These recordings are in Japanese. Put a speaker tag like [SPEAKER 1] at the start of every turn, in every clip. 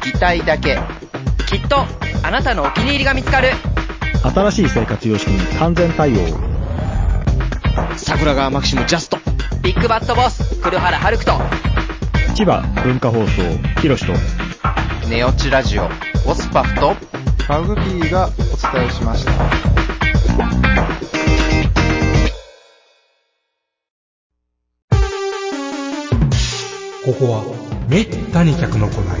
[SPEAKER 1] 聞きたいだけ。
[SPEAKER 2] きっとあなたのお気に入りが見つかる
[SPEAKER 3] 新しい生活様式に完全対応。
[SPEAKER 4] 桜川マキシムジャスト。
[SPEAKER 2] ビッグバットボス黒原遥人
[SPEAKER 3] 千葉文化放送、ひろしと。
[SPEAKER 1] ネオチラジオ。オスパフと。
[SPEAKER 5] マグキーがお伝えしました。
[SPEAKER 6] ここはめったに客の来ない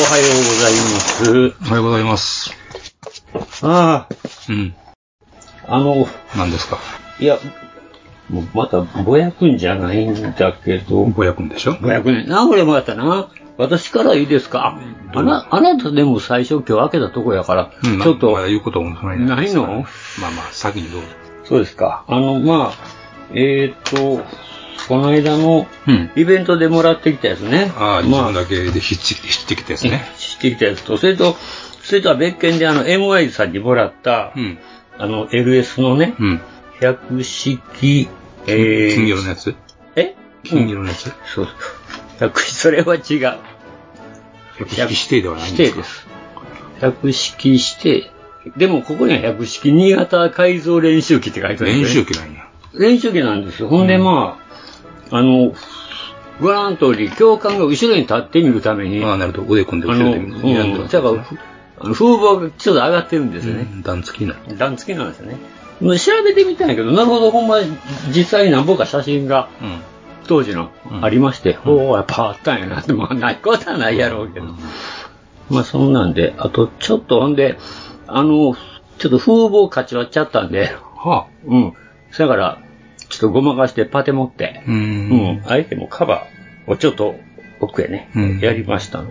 [SPEAKER 7] おはようござい
[SPEAKER 8] お
[SPEAKER 7] ま
[SPEAKER 8] はようございます。
[SPEAKER 7] す。あ
[SPEAKER 8] うん。
[SPEAKER 7] あ、あの、
[SPEAKER 8] 何ですか
[SPEAKER 7] いや、もうまたぼやくんじゃないんだけど、
[SPEAKER 8] ぼやくんでしょ
[SPEAKER 7] ぼやくね。な、これまたな。私からいいですかああな、あなたでも最初今日開けたとこやから、
[SPEAKER 8] うん、
[SPEAKER 7] ちょっと
[SPEAKER 8] ま、だ言うこともそんなにです
[SPEAKER 7] ないの
[SPEAKER 8] まあまあ、先にどうぞ。
[SPEAKER 7] そうですか。あの、まあ、えー、っと、この間の
[SPEAKER 8] うん
[SPEAKER 7] イベントでもらってきたやつね。
[SPEAKER 8] ああ、自
[SPEAKER 7] まあ
[SPEAKER 8] 分だけでひっちり、ひってきたですね。
[SPEAKER 7] 知ってきたやつと、それと、それとは別件であの、MY さんにもらった、
[SPEAKER 8] うん。
[SPEAKER 7] あの、LS のね、
[SPEAKER 8] うん。
[SPEAKER 7] 百式、えー、
[SPEAKER 8] 金色のやつ
[SPEAKER 7] え
[SPEAKER 8] 金色のやつ
[SPEAKER 7] そうそう。百式、それは違う。
[SPEAKER 8] 百式指定ではないん
[SPEAKER 7] 指
[SPEAKER 8] で
[SPEAKER 7] 定
[SPEAKER 8] す
[SPEAKER 7] で
[SPEAKER 8] か
[SPEAKER 7] す。百式指定。でも、ここには百式、新潟改造練習機って書いてある、
[SPEAKER 8] 練習機なんや。
[SPEAKER 7] 練習機なんですよ。ほんで、まあ、あの、ご覧の通り、教官が後ろに立ってみるために、
[SPEAKER 8] ああ、
[SPEAKER 7] あ
[SPEAKER 8] なると、腕組んで後
[SPEAKER 7] の、
[SPEAKER 8] ろ
[SPEAKER 7] う
[SPEAKER 8] で
[SPEAKER 7] ん、
[SPEAKER 8] やる
[SPEAKER 7] だから、あの風貌がちょっと上がってるんですよね。
[SPEAKER 8] 段付きになる。
[SPEAKER 7] 段付きなんですよね。もう調べてみたんやけど、なるほど、ほんま、実際に何本か写真が
[SPEAKER 8] うん。
[SPEAKER 7] 当時の
[SPEAKER 8] うん
[SPEAKER 7] ありまして、おお、やっぱあったんやなって、まあ、ないことはないやろうけど。まあ、そんなんで、あと、ちょっと、ほんで、あの、ちょっと風貌かち割っちゃったんで、
[SPEAKER 8] はあ。
[SPEAKER 7] うん。そやから、ちょっとごまかしてパテ持って、
[SPEAKER 8] うー
[SPEAKER 7] うん
[SPEAKER 8] ん。、
[SPEAKER 7] あえてもカバーをちょっと奥へね、
[SPEAKER 8] うん
[SPEAKER 7] やりましたの。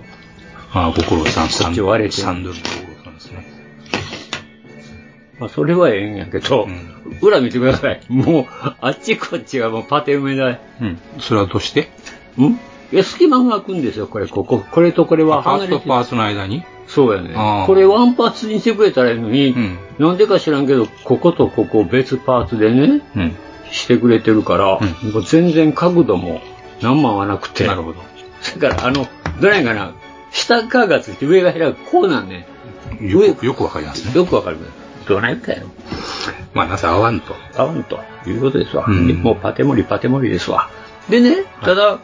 [SPEAKER 8] ああ、ご苦労さん、サン
[SPEAKER 7] こっち割れてる
[SPEAKER 8] サンドルのご苦労さんですね。
[SPEAKER 7] まあ、それはええんやけど、
[SPEAKER 8] うん
[SPEAKER 7] 裏見てください。もう、あっちこっちがもうパテ埋めない。
[SPEAKER 8] うん。それはどうして
[SPEAKER 7] んいや、隙間が空くんですよ、これ、ここ。これとこれは
[SPEAKER 8] パー
[SPEAKER 7] 離
[SPEAKER 8] ツ
[SPEAKER 7] れ
[SPEAKER 8] と
[SPEAKER 7] て
[SPEAKER 8] パーツの間に
[SPEAKER 7] そうやね
[SPEAKER 8] あ。ー
[SPEAKER 7] これワンパーツにしてくれたらいいのに、
[SPEAKER 8] うん
[SPEAKER 7] なんでか知らんけど、こことここ別パーツでね、
[SPEAKER 8] うん。
[SPEAKER 7] してくれてるから、
[SPEAKER 8] う
[SPEAKER 7] もう全然角度も何も合わなくて。
[SPEAKER 8] なるほど。
[SPEAKER 7] それから、あの、どれかな、下側がついて上が開く、こうなんね。
[SPEAKER 8] よく、よくわかりますね。
[SPEAKER 7] よくわかる。どないかよ。
[SPEAKER 8] まあ、なさ合わんと。
[SPEAKER 7] 合わんということですわ。
[SPEAKER 8] うん
[SPEAKER 7] でもうパテモリパテモリですわ。でね、ただ、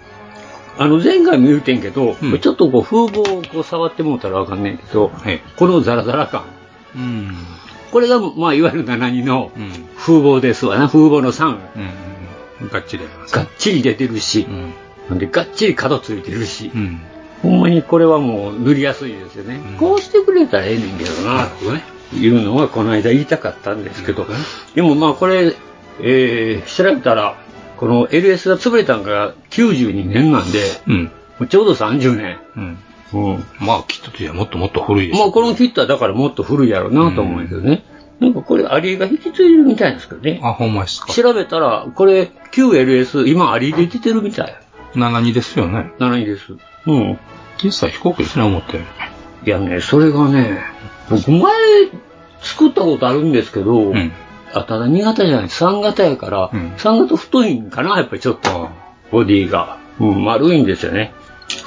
[SPEAKER 7] あの前回も言うてんけど、
[SPEAKER 8] うん
[SPEAKER 7] ちょっとこう風貌をこう触ってもうたらわかんねんけど、
[SPEAKER 8] はい
[SPEAKER 7] このザラザラ感。
[SPEAKER 8] うん。
[SPEAKER 7] これが、まあ、いわゆる72の
[SPEAKER 8] うん。
[SPEAKER 7] 風貌ですわな。風貌の3。
[SPEAKER 8] うん。がっちりやります
[SPEAKER 7] がっちり出てるし
[SPEAKER 8] う、ん。
[SPEAKER 7] なんでがっちり角ついてるし
[SPEAKER 8] う、ん。
[SPEAKER 7] ほんまにこれはもう塗りやすいですよね。
[SPEAKER 8] うん
[SPEAKER 7] こうしてくれたらええねんけど
[SPEAKER 8] な
[SPEAKER 7] な
[SPEAKER 8] る、ほどね。
[SPEAKER 7] いうのはこの間言いたかったんですけど
[SPEAKER 8] うん、
[SPEAKER 7] でもまあこれ、えー、調べたら、この LS が潰れたのが92年なんで、
[SPEAKER 8] うん。
[SPEAKER 7] もうちょうど30年。
[SPEAKER 8] うん。
[SPEAKER 7] うん。
[SPEAKER 8] まあ、きっとといやもっともっと古いでしょ。
[SPEAKER 7] まあこのキットはだからもっと古いやろうなと思うんですよね。なんかこれアリが引き継いでるみたいなんですけどね。
[SPEAKER 8] あ、ほんまですか。
[SPEAKER 7] 調べたら、これ、旧 LS、今、アリで出てるみたい。
[SPEAKER 8] 72ですよね。
[SPEAKER 7] 7位です。うん。
[SPEAKER 8] 実際飛行機ですね、思って。
[SPEAKER 7] いやね、それがね、僕前、作ったことあるんですけど、
[SPEAKER 8] うん。
[SPEAKER 7] あただ2型じゃない、3型やから、
[SPEAKER 8] うん
[SPEAKER 7] 3型太いんかな、やっぱりちょっと、
[SPEAKER 8] あ
[SPEAKER 7] ボディが。うん、丸いんですよね。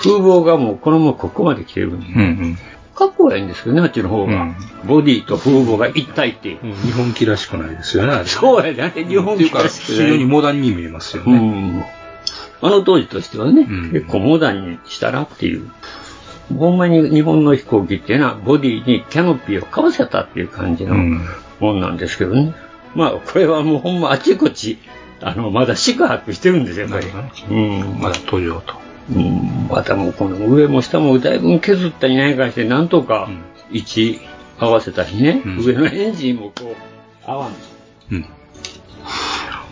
[SPEAKER 7] 風貌がもう、このままここまで来てるんで。
[SPEAKER 8] うんうん。
[SPEAKER 7] かっこはいいんですけどね、あっちの方が。
[SPEAKER 8] うん
[SPEAKER 7] ボディと風貌が一体っていう。
[SPEAKER 8] 日本 機らしくないですよね、あれ
[SPEAKER 7] そうやね、日本
[SPEAKER 8] っていうか、
[SPEAKER 7] らしくない
[SPEAKER 8] 非常にモダンに見えますよ
[SPEAKER 7] う
[SPEAKER 8] ね。
[SPEAKER 7] ん。あの当時としてはね、
[SPEAKER 8] うん
[SPEAKER 7] 結構モダンにしたらっていう。ほんまに日本の飛行機っていうのはボディにキャノピーをかぶせたっていう感じの
[SPEAKER 8] うん
[SPEAKER 7] もんなんですけどね。まあ、これはもうほんまあちこち、あの、まだ宿泊してるんですよ、やっぱり。
[SPEAKER 8] なるほ
[SPEAKER 7] うん、
[SPEAKER 8] まだ登場と。
[SPEAKER 7] うんまたもうこの上も下もだいぶ削ったりなんかして、なんとか
[SPEAKER 8] うん
[SPEAKER 7] 位置合わせたりね、
[SPEAKER 8] うん
[SPEAKER 7] 上のエンジンもこう、合わん。
[SPEAKER 8] うん。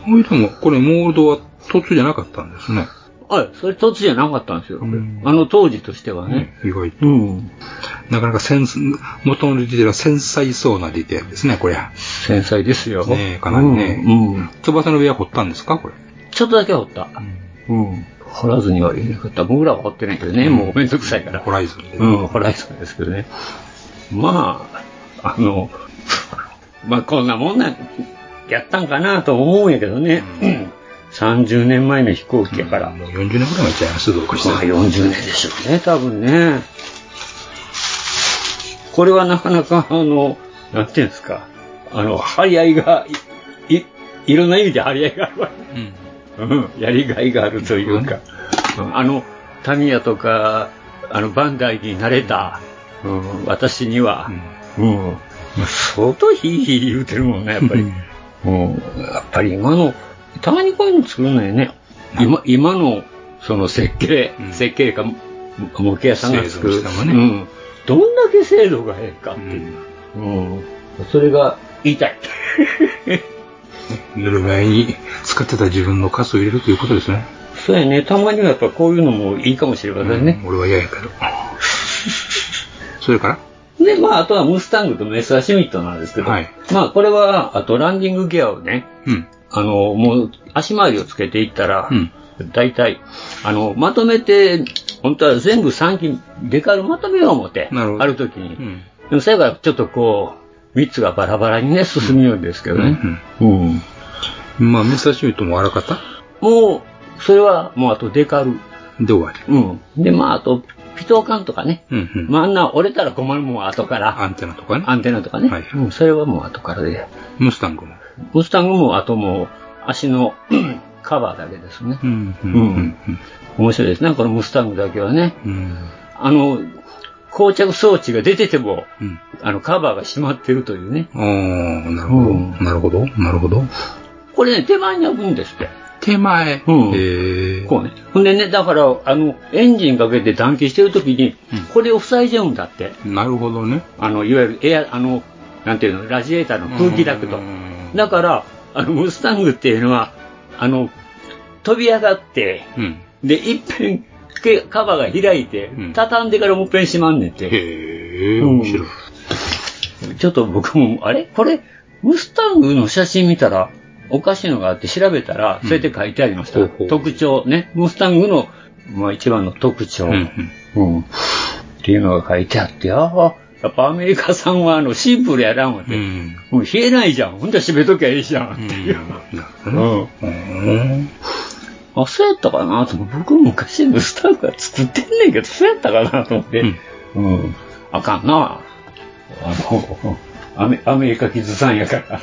[SPEAKER 8] ほいでも、これモールドは突じゃなかったんですね。
[SPEAKER 7] あ、それ突じゃなかったんですよ、これ
[SPEAKER 8] うん
[SPEAKER 7] あの当時としてはね。
[SPEAKER 8] 意外と。
[SPEAKER 7] うん。
[SPEAKER 8] なかなかセンス、元のディテールは繊細そうなディテールですね、これ。
[SPEAKER 7] 繊細ですよ。
[SPEAKER 8] ねえかなりね
[SPEAKER 7] うん。うん
[SPEAKER 8] 翼の上は掘ったんですか、これ。
[SPEAKER 7] ちょっとだけ掘った。うん。掘らずにはいなかった。僕らは掘ってないけどね、もうめんどくさいから。
[SPEAKER 8] ホライズンで。
[SPEAKER 7] うん、ホライゾンですけどね。まあ、あの、まあこんなもんなんやったんかなと思うんやけどね。30年前の飛行機やから。ま
[SPEAKER 8] もう40年ぐらい前ちゃいます、どう
[SPEAKER 7] あ
[SPEAKER 8] かして。
[SPEAKER 7] 40年でしょうね、多分ね。これはなかなか、あの、なんていうんですか。あの、張り合いが、い、いいろんな意味で張り合いがあるわけ
[SPEAKER 8] うん。
[SPEAKER 7] うんやりがいがあるというか、うんあの、タミヤとか、あの、バンダイになれた、うん私には、うん相当ヒーヒー言うてるもんね、やっぱり。うんやっぱり今の、たまにこういうの作るのよね。今、今の、その設計、
[SPEAKER 8] うん
[SPEAKER 7] 設計か、も模型屋さんが作る。
[SPEAKER 8] 製造したの
[SPEAKER 7] う
[SPEAKER 8] ね
[SPEAKER 7] ん。どんだけ精度がええかっていう。うんそれが言い たい。
[SPEAKER 8] ぬるま湯に使ってた自分のカスを入れるということですね。
[SPEAKER 7] そうやね、たまにはやっぱこういうのもいいかもしれませんね。
[SPEAKER 8] うん俺は嫌やけど。それから
[SPEAKER 7] で、まあ、あとはムスタングとメスラシュミットなんですけど、
[SPEAKER 8] はい
[SPEAKER 7] まあ、これは、あとランディングギアをね、
[SPEAKER 8] うん。
[SPEAKER 7] あの、もう足回りをつけていったら、
[SPEAKER 8] うん
[SPEAKER 7] 大体、あの、まとめて、本当は全部3機、デカールまとめよう思って、
[SPEAKER 8] なるほど
[SPEAKER 7] ある時に。
[SPEAKER 8] うん
[SPEAKER 7] でも、それからちょっとこう、3つがバラバラにね、進むようですけどね。うん
[SPEAKER 8] まあ、メスラシュミットもあらかた
[SPEAKER 7] もう、それは、もうあとデカール。
[SPEAKER 8] で終わり。
[SPEAKER 7] うん。で、まあ、あと、ピトーカンとかね。
[SPEAKER 8] うんうん
[SPEAKER 7] まあ、あんな折れたら困るもん、後から。
[SPEAKER 8] アンテナとかね。
[SPEAKER 7] アンテナとかね。
[SPEAKER 8] はい
[SPEAKER 7] うん、それはもう後からで。
[SPEAKER 8] ムスタングも。
[SPEAKER 7] ムスタングも、あともう、足のカバーだけですね。
[SPEAKER 8] うんうんうん
[SPEAKER 7] 面白いですね、このムスタングだけはね。
[SPEAKER 8] うんうん
[SPEAKER 7] あの、膠着装置が出てても、
[SPEAKER 8] うん
[SPEAKER 7] あの、カバーが閉まってるというね。
[SPEAKER 8] あーなるほど、
[SPEAKER 7] うん
[SPEAKER 8] なるほど、なるほど。
[SPEAKER 7] これね、手前に開くんですって。
[SPEAKER 8] 手前、
[SPEAKER 7] うん
[SPEAKER 8] えー
[SPEAKER 7] こうね。ほんでね、だから、あの、エンジンかけて暖気してるときに、これを塞いじゃうんだって。
[SPEAKER 8] なるほどね。
[SPEAKER 7] あの、いわゆるエア、あの、なんていうの、ラジエーターの空気ダクト。だから、あの、ムスタングっていうのは、あの、飛び上がって、
[SPEAKER 8] うん。
[SPEAKER 7] で、いっぺん、けカバーが開いて
[SPEAKER 8] う、ん
[SPEAKER 7] 畳んでからもういっぺん閉まんねんて。
[SPEAKER 8] へえ、面白い。
[SPEAKER 7] ちょっと僕も、あれこれ、ムスタングの写真見たら、おかしいのがあって調べたら、そうやって書いてありました。
[SPEAKER 8] ほうほう
[SPEAKER 7] 特徴ね。ムスタングの、まあ一番の特徴。
[SPEAKER 8] うんうん
[SPEAKER 7] うんっていうのが書いてあって、ああ、やっぱアメリカさんはあの、シンプルやな、思っ
[SPEAKER 8] う
[SPEAKER 7] て。
[SPEAKER 8] ん。
[SPEAKER 7] もう冷えないじゃん。ほんと閉めときゃいいじゃん。っていう。うん
[SPEAKER 8] うん。
[SPEAKER 7] あ、そうやったかなと思って、僕昔のスタッフが作ってんねんけど、そうやったかなと思って、うん。あかんなあの、アメアメリカキズさんやから。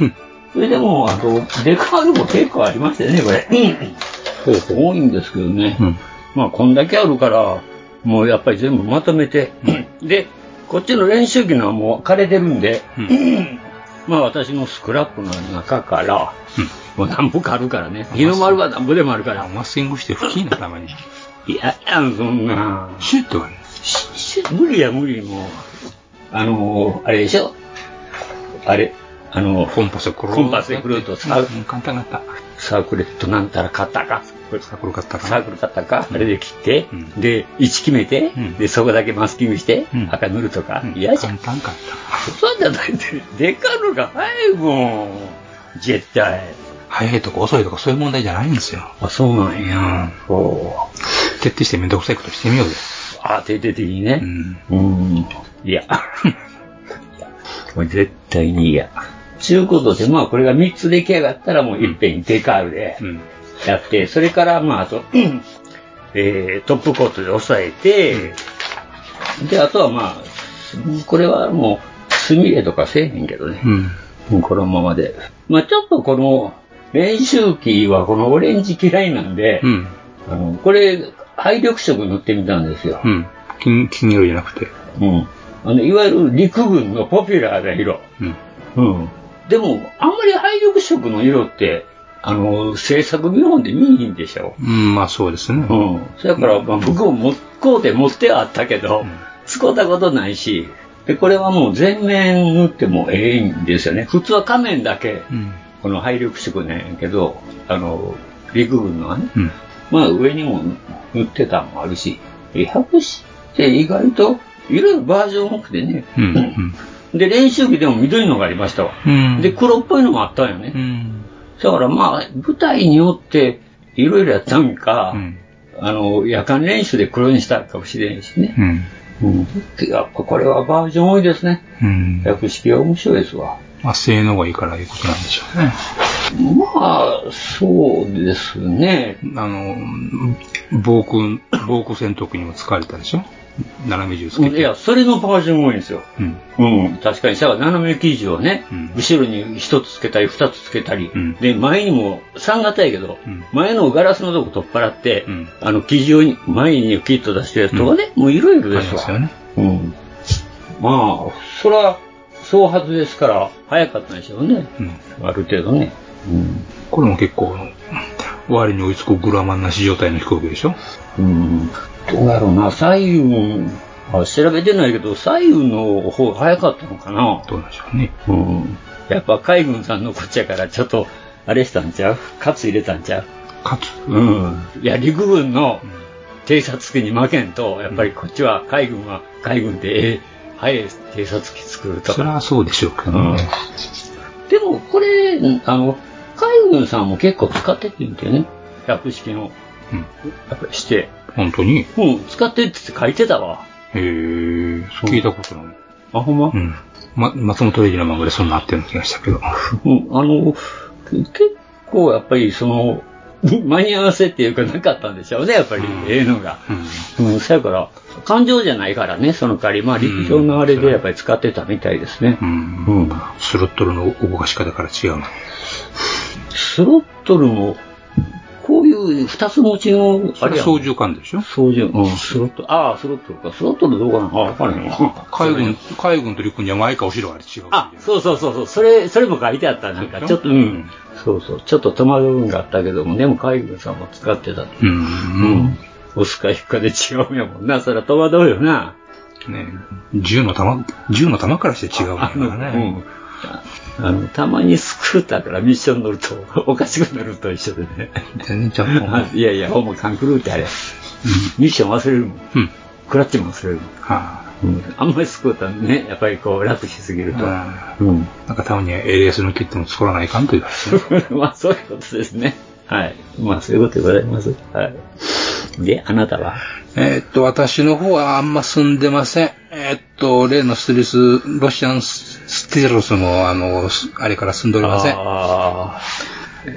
[SPEAKER 7] それでもう、あと、デカールも結構ありましたよね、これ。多いんですけどね。
[SPEAKER 8] うん
[SPEAKER 7] まあ、こんだけあるから、もうやっぱり全部まとめて、で、こっちの練習機のはもう枯れてるんで、まあ私のスクラップの中から、もう何ぼかあるからね。日の丸は何ぼでもあるから。
[SPEAKER 8] マッシングして吹きんな、たまに。
[SPEAKER 7] いややん、そんな。
[SPEAKER 8] シュッとはね。
[SPEAKER 7] しし無理や、無理、もう。あのー、あれでしょあれ、あのー、
[SPEAKER 8] コンパスでくる
[SPEAKER 7] コンパスでくると
[SPEAKER 8] さ、うん簡単だった。
[SPEAKER 7] サークレットなんたら買ったか。これ
[SPEAKER 8] サークル買ったか
[SPEAKER 7] サー
[SPEAKER 8] ら。
[SPEAKER 7] クル買ったか、あれで切って、
[SPEAKER 8] うん
[SPEAKER 7] で、位置決めて、
[SPEAKER 8] うん
[SPEAKER 7] で、そこだけマスキングして、
[SPEAKER 8] うん
[SPEAKER 7] 赤塗るとか、
[SPEAKER 8] うん
[SPEAKER 7] 嫌じゃん。
[SPEAKER 8] 簡単かった。
[SPEAKER 7] そうじゃないって、デカールが早いもん。絶対。
[SPEAKER 8] 早いとか遅いとかそういう問題じゃないんですよ。
[SPEAKER 7] あ、そうなん
[SPEAKER 8] う
[SPEAKER 7] や。
[SPEAKER 8] ん。
[SPEAKER 7] おー
[SPEAKER 8] 徹底してめんどくさいことしてみようぜ。
[SPEAKER 7] あ、徹底的にね。
[SPEAKER 8] うん。
[SPEAKER 7] うん。いや。 もう絶対に嫌。ちゅうことで、まあこれが3つ出来上がったらもういっぺんにデカールで
[SPEAKER 8] うん。
[SPEAKER 7] やって、それからまああと、うんえートップコートで押さえて、で、あとはまあ、これはもう、スミレとかせえへんけどね
[SPEAKER 8] う。ん。
[SPEAKER 7] うんこのままで。まあちょっとこの、練習機はこのオレンジ嫌いなんで、
[SPEAKER 8] うん。
[SPEAKER 7] あのこれ、配緑色塗ってみたんですよ。
[SPEAKER 8] うん。金、金色じゃなくて。
[SPEAKER 7] うん。あの、いわゆる陸軍のポピュラーな色。
[SPEAKER 8] うん。
[SPEAKER 7] うん。でも、あんまり配緑色の色って、あの、制作見本で見えひんでしょ。
[SPEAKER 8] うん、まあそうですね。
[SPEAKER 7] うん。そやから、まあ、僕も持っこうて持ってはあったけど、使ったことないし、で、これはもう全面塗ってもええんですよね。普通は仮面だけ、
[SPEAKER 8] うん。
[SPEAKER 7] この配緑色なんやけど、あの、陸軍のはね、
[SPEAKER 8] うん。
[SPEAKER 7] まあ上にも塗ってたのもあるし、百式って意外といろいろバージョン多くてね、
[SPEAKER 8] うん。うん。
[SPEAKER 7] で、練習着でも緑のがありましたわ。
[SPEAKER 8] うん
[SPEAKER 7] で、黒っぽいのもあったんよ
[SPEAKER 8] う
[SPEAKER 7] ね。
[SPEAKER 8] ん。
[SPEAKER 7] だからまあ、舞台によっていろいろやったんか、
[SPEAKER 8] うん。
[SPEAKER 7] あの、夜間練習で黒にしたかもしれんしね。
[SPEAKER 8] うん。
[SPEAKER 7] うん。やっぱこれはバージョン多いですね。
[SPEAKER 8] うん。
[SPEAKER 7] 百式は面白いですわ。
[SPEAKER 8] まあ性能がいいからいうことなんでしょうね。
[SPEAKER 7] まあ、そうですね。
[SPEAKER 8] あの、防空、防空戦闘機にも使われたでしょ斜め銃つけ
[SPEAKER 7] い
[SPEAKER 8] て。
[SPEAKER 7] や、それのバージョン多いんですよ。
[SPEAKER 8] うん。
[SPEAKER 7] うん、確かに、だから斜め生地をね、
[SPEAKER 8] うん
[SPEAKER 7] 後ろに一つつけたり二つつけたり、
[SPEAKER 8] うん
[SPEAKER 7] で、前にも、三型やけど、
[SPEAKER 8] うん
[SPEAKER 7] 前のガラスのとこ取っ払って、
[SPEAKER 8] うん
[SPEAKER 7] あの生地を前にキット出してるやつとかね、もういろいろ
[SPEAKER 8] あ
[SPEAKER 7] で
[SPEAKER 8] り
[SPEAKER 7] す
[SPEAKER 8] ま
[SPEAKER 7] わ。
[SPEAKER 8] すよね。
[SPEAKER 7] うん。まあ、それは、総発ですから、早かったんでしょうね。
[SPEAKER 8] うん。
[SPEAKER 7] ある程度ね。うん。
[SPEAKER 8] これも結構、我に追いつくグラマンなし状態の飛行機でしょ
[SPEAKER 7] うん。どうやろうな、左右、あ調べてないけど、左右の方が早かったのかな。
[SPEAKER 8] どうなんでしょうね。
[SPEAKER 7] うん。やっぱ海軍さんのこっちゃからちょっと、あれしたんちゃうカツ入れたんちゃう
[SPEAKER 8] かつ、
[SPEAKER 7] うん。いや、陸軍の偵察機に負けんと、やっぱりこっちは海軍は海軍で、ええ、早い偵察機作ると
[SPEAKER 8] そり
[SPEAKER 7] か。
[SPEAKER 8] ゃそうでしょうけど
[SPEAKER 7] うん
[SPEAKER 8] ね。。
[SPEAKER 7] でも、これ、あの、海軍さんも結構使ってってんだよね。百式の、
[SPEAKER 8] うん。
[SPEAKER 7] やっぱりして。
[SPEAKER 8] 本当に
[SPEAKER 7] うん、使ってって書いてたわ。
[SPEAKER 8] へえ、聞いたことない。
[SPEAKER 7] あ、ほんま
[SPEAKER 8] うん。ま、松本零士の漫画でそんなあったような気がしたけど。
[SPEAKER 7] うん、あの、結構やっぱりその、 間に合わせっていうかなかったんでしょうね、やっぱり、
[SPEAKER 8] うん
[SPEAKER 7] ええのが。
[SPEAKER 8] うん。
[SPEAKER 7] うん、そやから、感情じゃないからね、その代わり、まあ、陸上のあれでやっぱり使ってたみたいですね
[SPEAKER 8] う。。
[SPEAKER 7] うんん。
[SPEAKER 8] スロットルの動かし方から違うの。
[SPEAKER 7] スロットルも、こういう二つ持ちの、あ
[SPEAKER 8] そ
[SPEAKER 7] れ
[SPEAKER 8] れ
[SPEAKER 7] やん
[SPEAKER 8] 操縦桿でしょ
[SPEAKER 7] 操縦、うん、スロットル、ああ、スロットルか、スロットルどうかな、ああ、わからへんわ。
[SPEAKER 8] 海軍、海軍と陸軍じゃ前か後ろがあれ違う。
[SPEAKER 7] あ、そうそうそうそう、それ、それも書いてあった、なんか、ちょっと、うん。そうそう、ちょっと戸惑うんがあったけども、でも海軍さんも使ってたと。
[SPEAKER 8] う。
[SPEAKER 7] うんん。オスか引くかで違うんやもんな。そら戸惑うよな。
[SPEAKER 8] ね銃の弾、銃の弾からして違うんだ
[SPEAKER 7] あ
[SPEAKER 8] か
[SPEAKER 7] の、う
[SPEAKER 8] らね。
[SPEAKER 7] ん。あの、たまにスクーターからミッション乗ると、おかしくなると一緒でね。
[SPEAKER 8] 全然ちゃうと思う。
[SPEAKER 7] いやいや、ほんまカンクルーってあれ。ミッション忘れるもん。
[SPEAKER 8] うん。
[SPEAKER 7] クラッチも忘れるもん。
[SPEAKER 8] は
[SPEAKER 7] うん、あんまりスクーターね、やっぱりこう、楽しすぎると。
[SPEAKER 8] あ。
[SPEAKER 7] うん。
[SPEAKER 8] なんかたまに LS のキットも作らないかんという話ね。
[SPEAKER 7] まあ、そういうことですね。はい。まあ、そういうことでございます。はい。で、あなたは
[SPEAKER 8] えーっと、私の方はあんま住んでません。えーっと、例のステルス、ロシアンスステルスも、あの、すあれから住んでおりません。
[SPEAKER 7] ああ。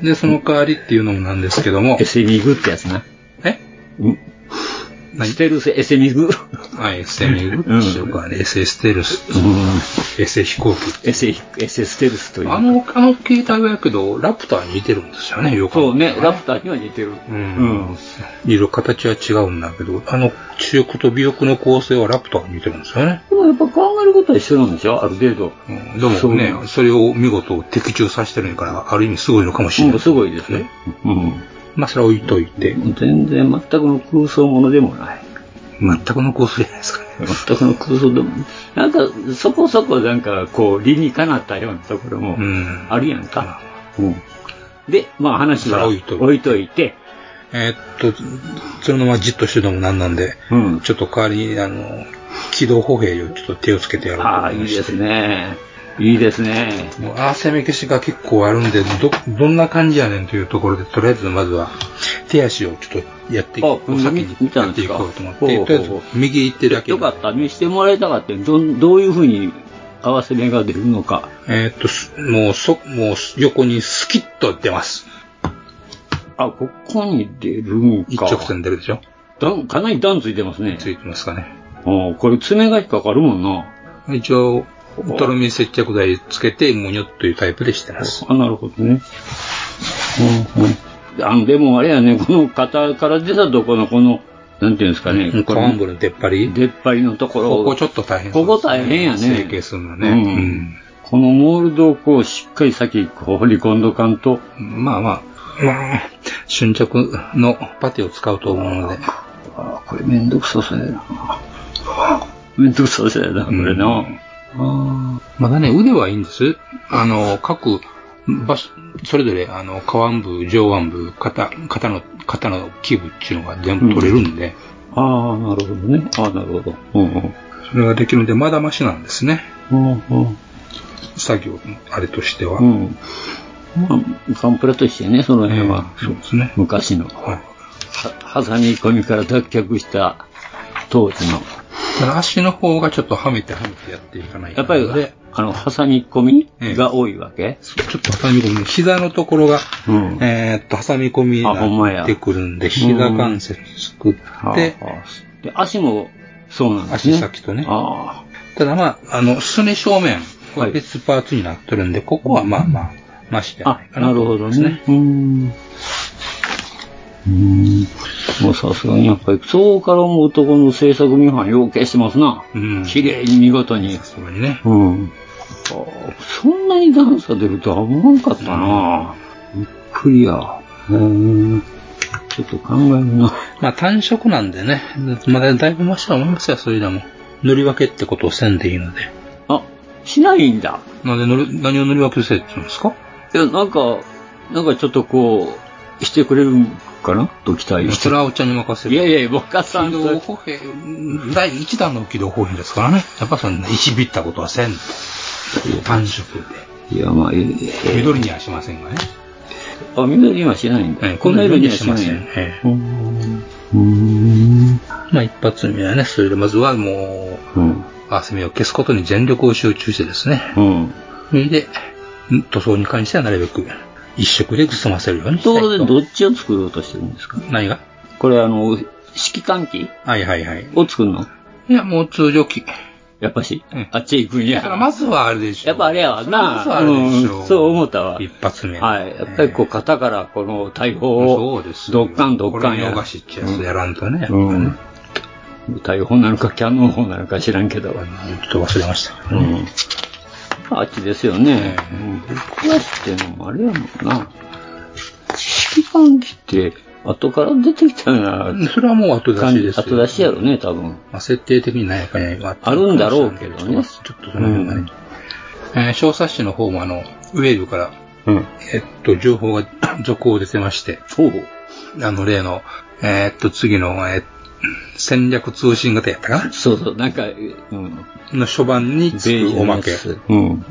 [SPEAKER 8] で、その代わりっていうのもなんですけども、
[SPEAKER 7] SMIG ってやつな。
[SPEAKER 8] え
[SPEAKER 7] うん。
[SPEAKER 8] 何
[SPEAKER 7] ステルス SMIG。
[SPEAKER 8] はい、SM
[SPEAKER 7] うん
[SPEAKER 8] でしょうかね。SA ステルス、
[SPEAKER 7] うん。
[SPEAKER 8] SA 飛行機。
[SPEAKER 7] SS、SS ステルスという。
[SPEAKER 8] あの、あの携帯はやけど、ラプターに似てるんですよね、よく。
[SPEAKER 7] そうね、ラプターには似てる。
[SPEAKER 8] うん。色形は違うんだけど、あの、中翼と尾翼の構成はラプターに似てるんですよね。
[SPEAKER 7] でもやっぱ考えることは一緒なんでしょある程度。
[SPEAKER 8] うん、でも
[SPEAKER 7] そう
[SPEAKER 8] ね、それを見事的中させてるから、ある意味すごいのかもしれ
[SPEAKER 7] う、
[SPEAKER 8] なんい。
[SPEAKER 7] すごいですね。う
[SPEAKER 8] まあ、それは置いといて、
[SPEAKER 7] ん。全然全くの空想ものでもない。
[SPEAKER 8] 全くの構成じゃないですかね。
[SPEAKER 7] 全くの空想でもなんか、そこそこなんか、こう、理にかなったようなところも
[SPEAKER 8] うん。
[SPEAKER 7] あるやんか。うん。で、まあ話は
[SPEAKER 8] それ置いといて
[SPEAKER 7] 置いといて、
[SPEAKER 8] えーっと、そのままじっとしてるのもなんなんで、
[SPEAKER 7] うん。
[SPEAKER 8] ちょっと代わりに、あの、機動歩兵をちょっと手をつけてやろうと
[SPEAKER 7] あ
[SPEAKER 8] 思
[SPEAKER 7] あ、
[SPEAKER 8] い
[SPEAKER 7] い
[SPEAKER 8] ま
[SPEAKER 7] い
[SPEAKER 8] し
[SPEAKER 7] で
[SPEAKER 8] て。
[SPEAKER 7] すね。いいですね。
[SPEAKER 8] もう汗めけしが結構あるんで、ど、どんな感じやねんというところで、とりあえずまずは、手足をちょっとやってい
[SPEAKER 7] あ
[SPEAKER 8] こう。先に
[SPEAKER 7] 見た
[SPEAKER 8] や
[SPEAKER 7] ん
[SPEAKER 8] っ
[SPEAKER 7] で
[SPEAKER 8] てい
[SPEAKER 7] すか
[SPEAKER 8] こうと思っ
[SPEAKER 7] ほうほ
[SPEAKER 8] て、
[SPEAKER 7] う
[SPEAKER 8] とりあえず右行ってるだけ
[SPEAKER 7] よかった、見してもらいたかったどんどういうふうに合わせ目が出るのか。
[SPEAKER 8] えーっと、すもう、そ、もう、横にスキッと出ます。
[SPEAKER 7] あ、ここに出るん
[SPEAKER 8] 一
[SPEAKER 7] か。
[SPEAKER 8] 直線出るでしょ
[SPEAKER 7] 段かなり段ついてますね。
[SPEAKER 8] ついてますかね。
[SPEAKER 7] うんこれ爪が引っかかるもんな。
[SPEAKER 8] 一応、とろみ接着剤つけて、もにょっというタイプでしてます。
[SPEAKER 7] あ、なるほどね。うんうんあの、でもあれやね、この型から出たとこの、この、なんていうんですかね、
[SPEAKER 8] うん
[SPEAKER 7] こ
[SPEAKER 8] コ
[SPEAKER 7] の
[SPEAKER 8] マンブの出っ張り
[SPEAKER 7] 出っ張りのところ
[SPEAKER 8] こ
[SPEAKER 7] を
[SPEAKER 8] こちょっと大変そう
[SPEAKER 7] ここ大変やね
[SPEAKER 8] 整形するのね。
[SPEAKER 7] うん
[SPEAKER 8] うん
[SPEAKER 7] このモールドをこう、しっかり先、こう、掘り込んどかんと、
[SPEAKER 8] まあまあ、まあ、瞬着のパテを使うと思うので。
[SPEAKER 7] ああ、これめんどくさそうやな。めんどくさそうやな、これな。
[SPEAKER 8] うんまだね、腕はいいんです。あの、各場所、それぞれ、あの、下腕部、上腕部、肩、肩の、肩の器部っていうのが全部取れるんで、
[SPEAKER 7] ああ、なるほどね。ああ、なるほど。うんうん。
[SPEAKER 8] それができるんで、まだマシなんですね。
[SPEAKER 7] うんうん
[SPEAKER 8] 作業のあれとしては。
[SPEAKER 7] うん。まあ、ガンプラとしてね、その辺は。
[SPEAKER 8] そうですね。
[SPEAKER 7] 昔の、
[SPEAKER 8] はい。
[SPEAKER 7] は挟み込みから脱却した当時の。
[SPEAKER 8] ただ足の方がちょっとはめてはめてやっていかないと
[SPEAKER 7] やっぱり、
[SPEAKER 8] で、
[SPEAKER 7] あの、挟み込みが多いわけ、
[SPEAKER 8] ちょっと挟み込み、膝のところが、
[SPEAKER 7] うん
[SPEAKER 8] えーっと、挟み込みに
[SPEAKER 7] あほんまや
[SPEAKER 8] なってくるんで、膝関節作って、
[SPEAKER 7] はあで、足もそうなんですね。
[SPEAKER 8] 足先とね
[SPEAKER 7] あ
[SPEAKER 8] ただまあ、あの、すね正面
[SPEAKER 7] は
[SPEAKER 8] はい別パーツになってるんで、ここはまあまあ、ましじゃ
[SPEAKER 7] あ
[SPEAKER 8] ない。
[SPEAKER 7] あ、
[SPEAKER 8] かな
[SPEAKER 7] な
[SPEAKER 8] と
[SPEAKER 7] る
[SPEAKER 8] 思
[SPEAKER 7] ほ
[SPEAKER 8] い
[SPEAKER 7] ど
[SPEAKER 8] ますね。
[SPEAKER 7] ね。うーん。うーん。もうさすがにやっぱり、そうから思うとこの制作見本は要求してますな。
[SPEAKER 8] うん
[SPEAKER 7] 綺麗に見事に。
[SPEAKER 8] さすがにね。
[SPEAKER 7] うん。そんなに段差出るとは思わんかったなびっくりや。うん。ちょっと考えるな。
[SPEAKER 8] まあ単色なんでね、まだだいぶマシだと思いますよ、それでも。塗り分けってことをせんでいいので。
[SPEAKER 7] あ、しないんだ。
[SPEAKER 8] なんで塗る、何を塗り分けせって言うんですか
[SPEAKER 7] いや、なんか、なんかちょっとこう、してくれるんかなと期待し
[SPEAKER 8] そ
[SPEAKER 7] て
[SPEAKER 8] れ。はお茶に任せる。
[SPEAKER 7] いやいや、僕はさ
[SPEAKER 8] 軌
[SPEAKER 7] ん
[SPEAKER 8] 道
[SPEAKER 7] と。
[SPEAKER 8] 歩兵、第1弾の軌道歩兵ですからね。やっぱそんな、一ビったことはせん。単色
[SPEAKER 7] いや、まあ、え
[SPEAKER 8] で。
[SPEAKER 7] え
[SPEAKER 8] 緑にはしませんがね。
[SPEAKER 7] あ、緑にはしないんだ。
[SPEAKER 8] ええ
[SPEAKER 7] この色にはしな
[SPEAKER 8] こ
[SPEAKER 7] い
[SPEAKER 8] の色
[SPEAKER 7] ん
[SPEAKER 8] にはしま
[SPEAKER 7] だ
[SPEAKER 8] せんえ。
[SPEAKER 7] うーん。うーん。
[SPEAKER 8] まあ一発目はね、それでまずはもう、
[SPEAKER 7] うん。
[SPEAKER 8] 汗目を消すことに全力を集中してですね。
[SPEAKER 7] うん。
[SPEAKER 8] それで、塗装に関してはなるべく一色で済ませるようにした
[SPEAKER 7] とこ
[SPEAKER 8] い
[SPEAKER 7] ろ
[SPEAKER 8] と。
[SPEAKER 7] で、どっちを作ろうとしてるんですか
[SPEAKER 8] 何が
[SPEAKER 7] これ、あの、色感機
[SPEAKER 8] はいはいはい。
[SPEAKER 7] を作るの
[SPEAKER 8] いや、もう通常期。
[SPEAKER 7] やっぱし、
[SPEAKER 8] うん
[SPEAKER 7] あっちへ行くん
[SPEAKER 8] だ
[SPEAKER 7] や。
[SPEAKER 8] からまずはあれでしょ。
[SPEAKER 7] やっぱあれやわな。
[SPEAKER 8] まずはあれでしょ。
[SPEAKER 7] うんそう思ったわ。
[SPEAKER 8] 一発目。
[SPEAKER 7] はい。やっぱりこう、型からこの大砲
[SPEAKER 8] そう
[SPEAKER 7] を
[SPEAKER 8] です、よ
[SPEAKER 7] ドッカンドッカン
[SPEAKER 8] これ
[SPEAKER 7] や
[SPEAKER 8] 洋菓子ってやつやらんとね。
[SPEAKER 7] う
[SPEAKER 8] やっ
[SPEAKER 7] ん。大砲なのか、キャノン砲なのか知らんけど。
[SPEAKER 8] ぱねちょっと忘れました。
[SPEAKER 7] うん。あっちですよね。
[SPEAKER 8] う
[SPEAKER 7] うん。僕はってのもあれやもんな。指揮官機って、後から出てきたよう
[SPEAKER 8] うん
[SPEAKER 7] な
[SPEAKER 8] それはもう後出
[SPEAKER 7] 感
[SPEAKER 8] し
[SPEAKER 7] じ、
[SPEAKER 8] ですよ。
[SPEAKER 7] 後出しやろね、多分。
[SPEAKER 8] まあ、設定的に何やかんや
[SPEAKER 7] あるんだろうけどね
[SPEAKER 8] ちょっとその辺がね。えー小冊子の方もあの、ウェーブから、
[SPEAKER 7] うん。
[SPEAKER 8] えっと、情報が続報出てまして、
[SPEAKER 7] ほう。
[SPEAKER 8] あの、例の、えーっと、次の、えー戦略通信型やったか
[SPEAKER 7] そうそう、なんか、うん。
[SPEAKER 8] なの初版につくおまけ。
[SPEAKER 7] うん。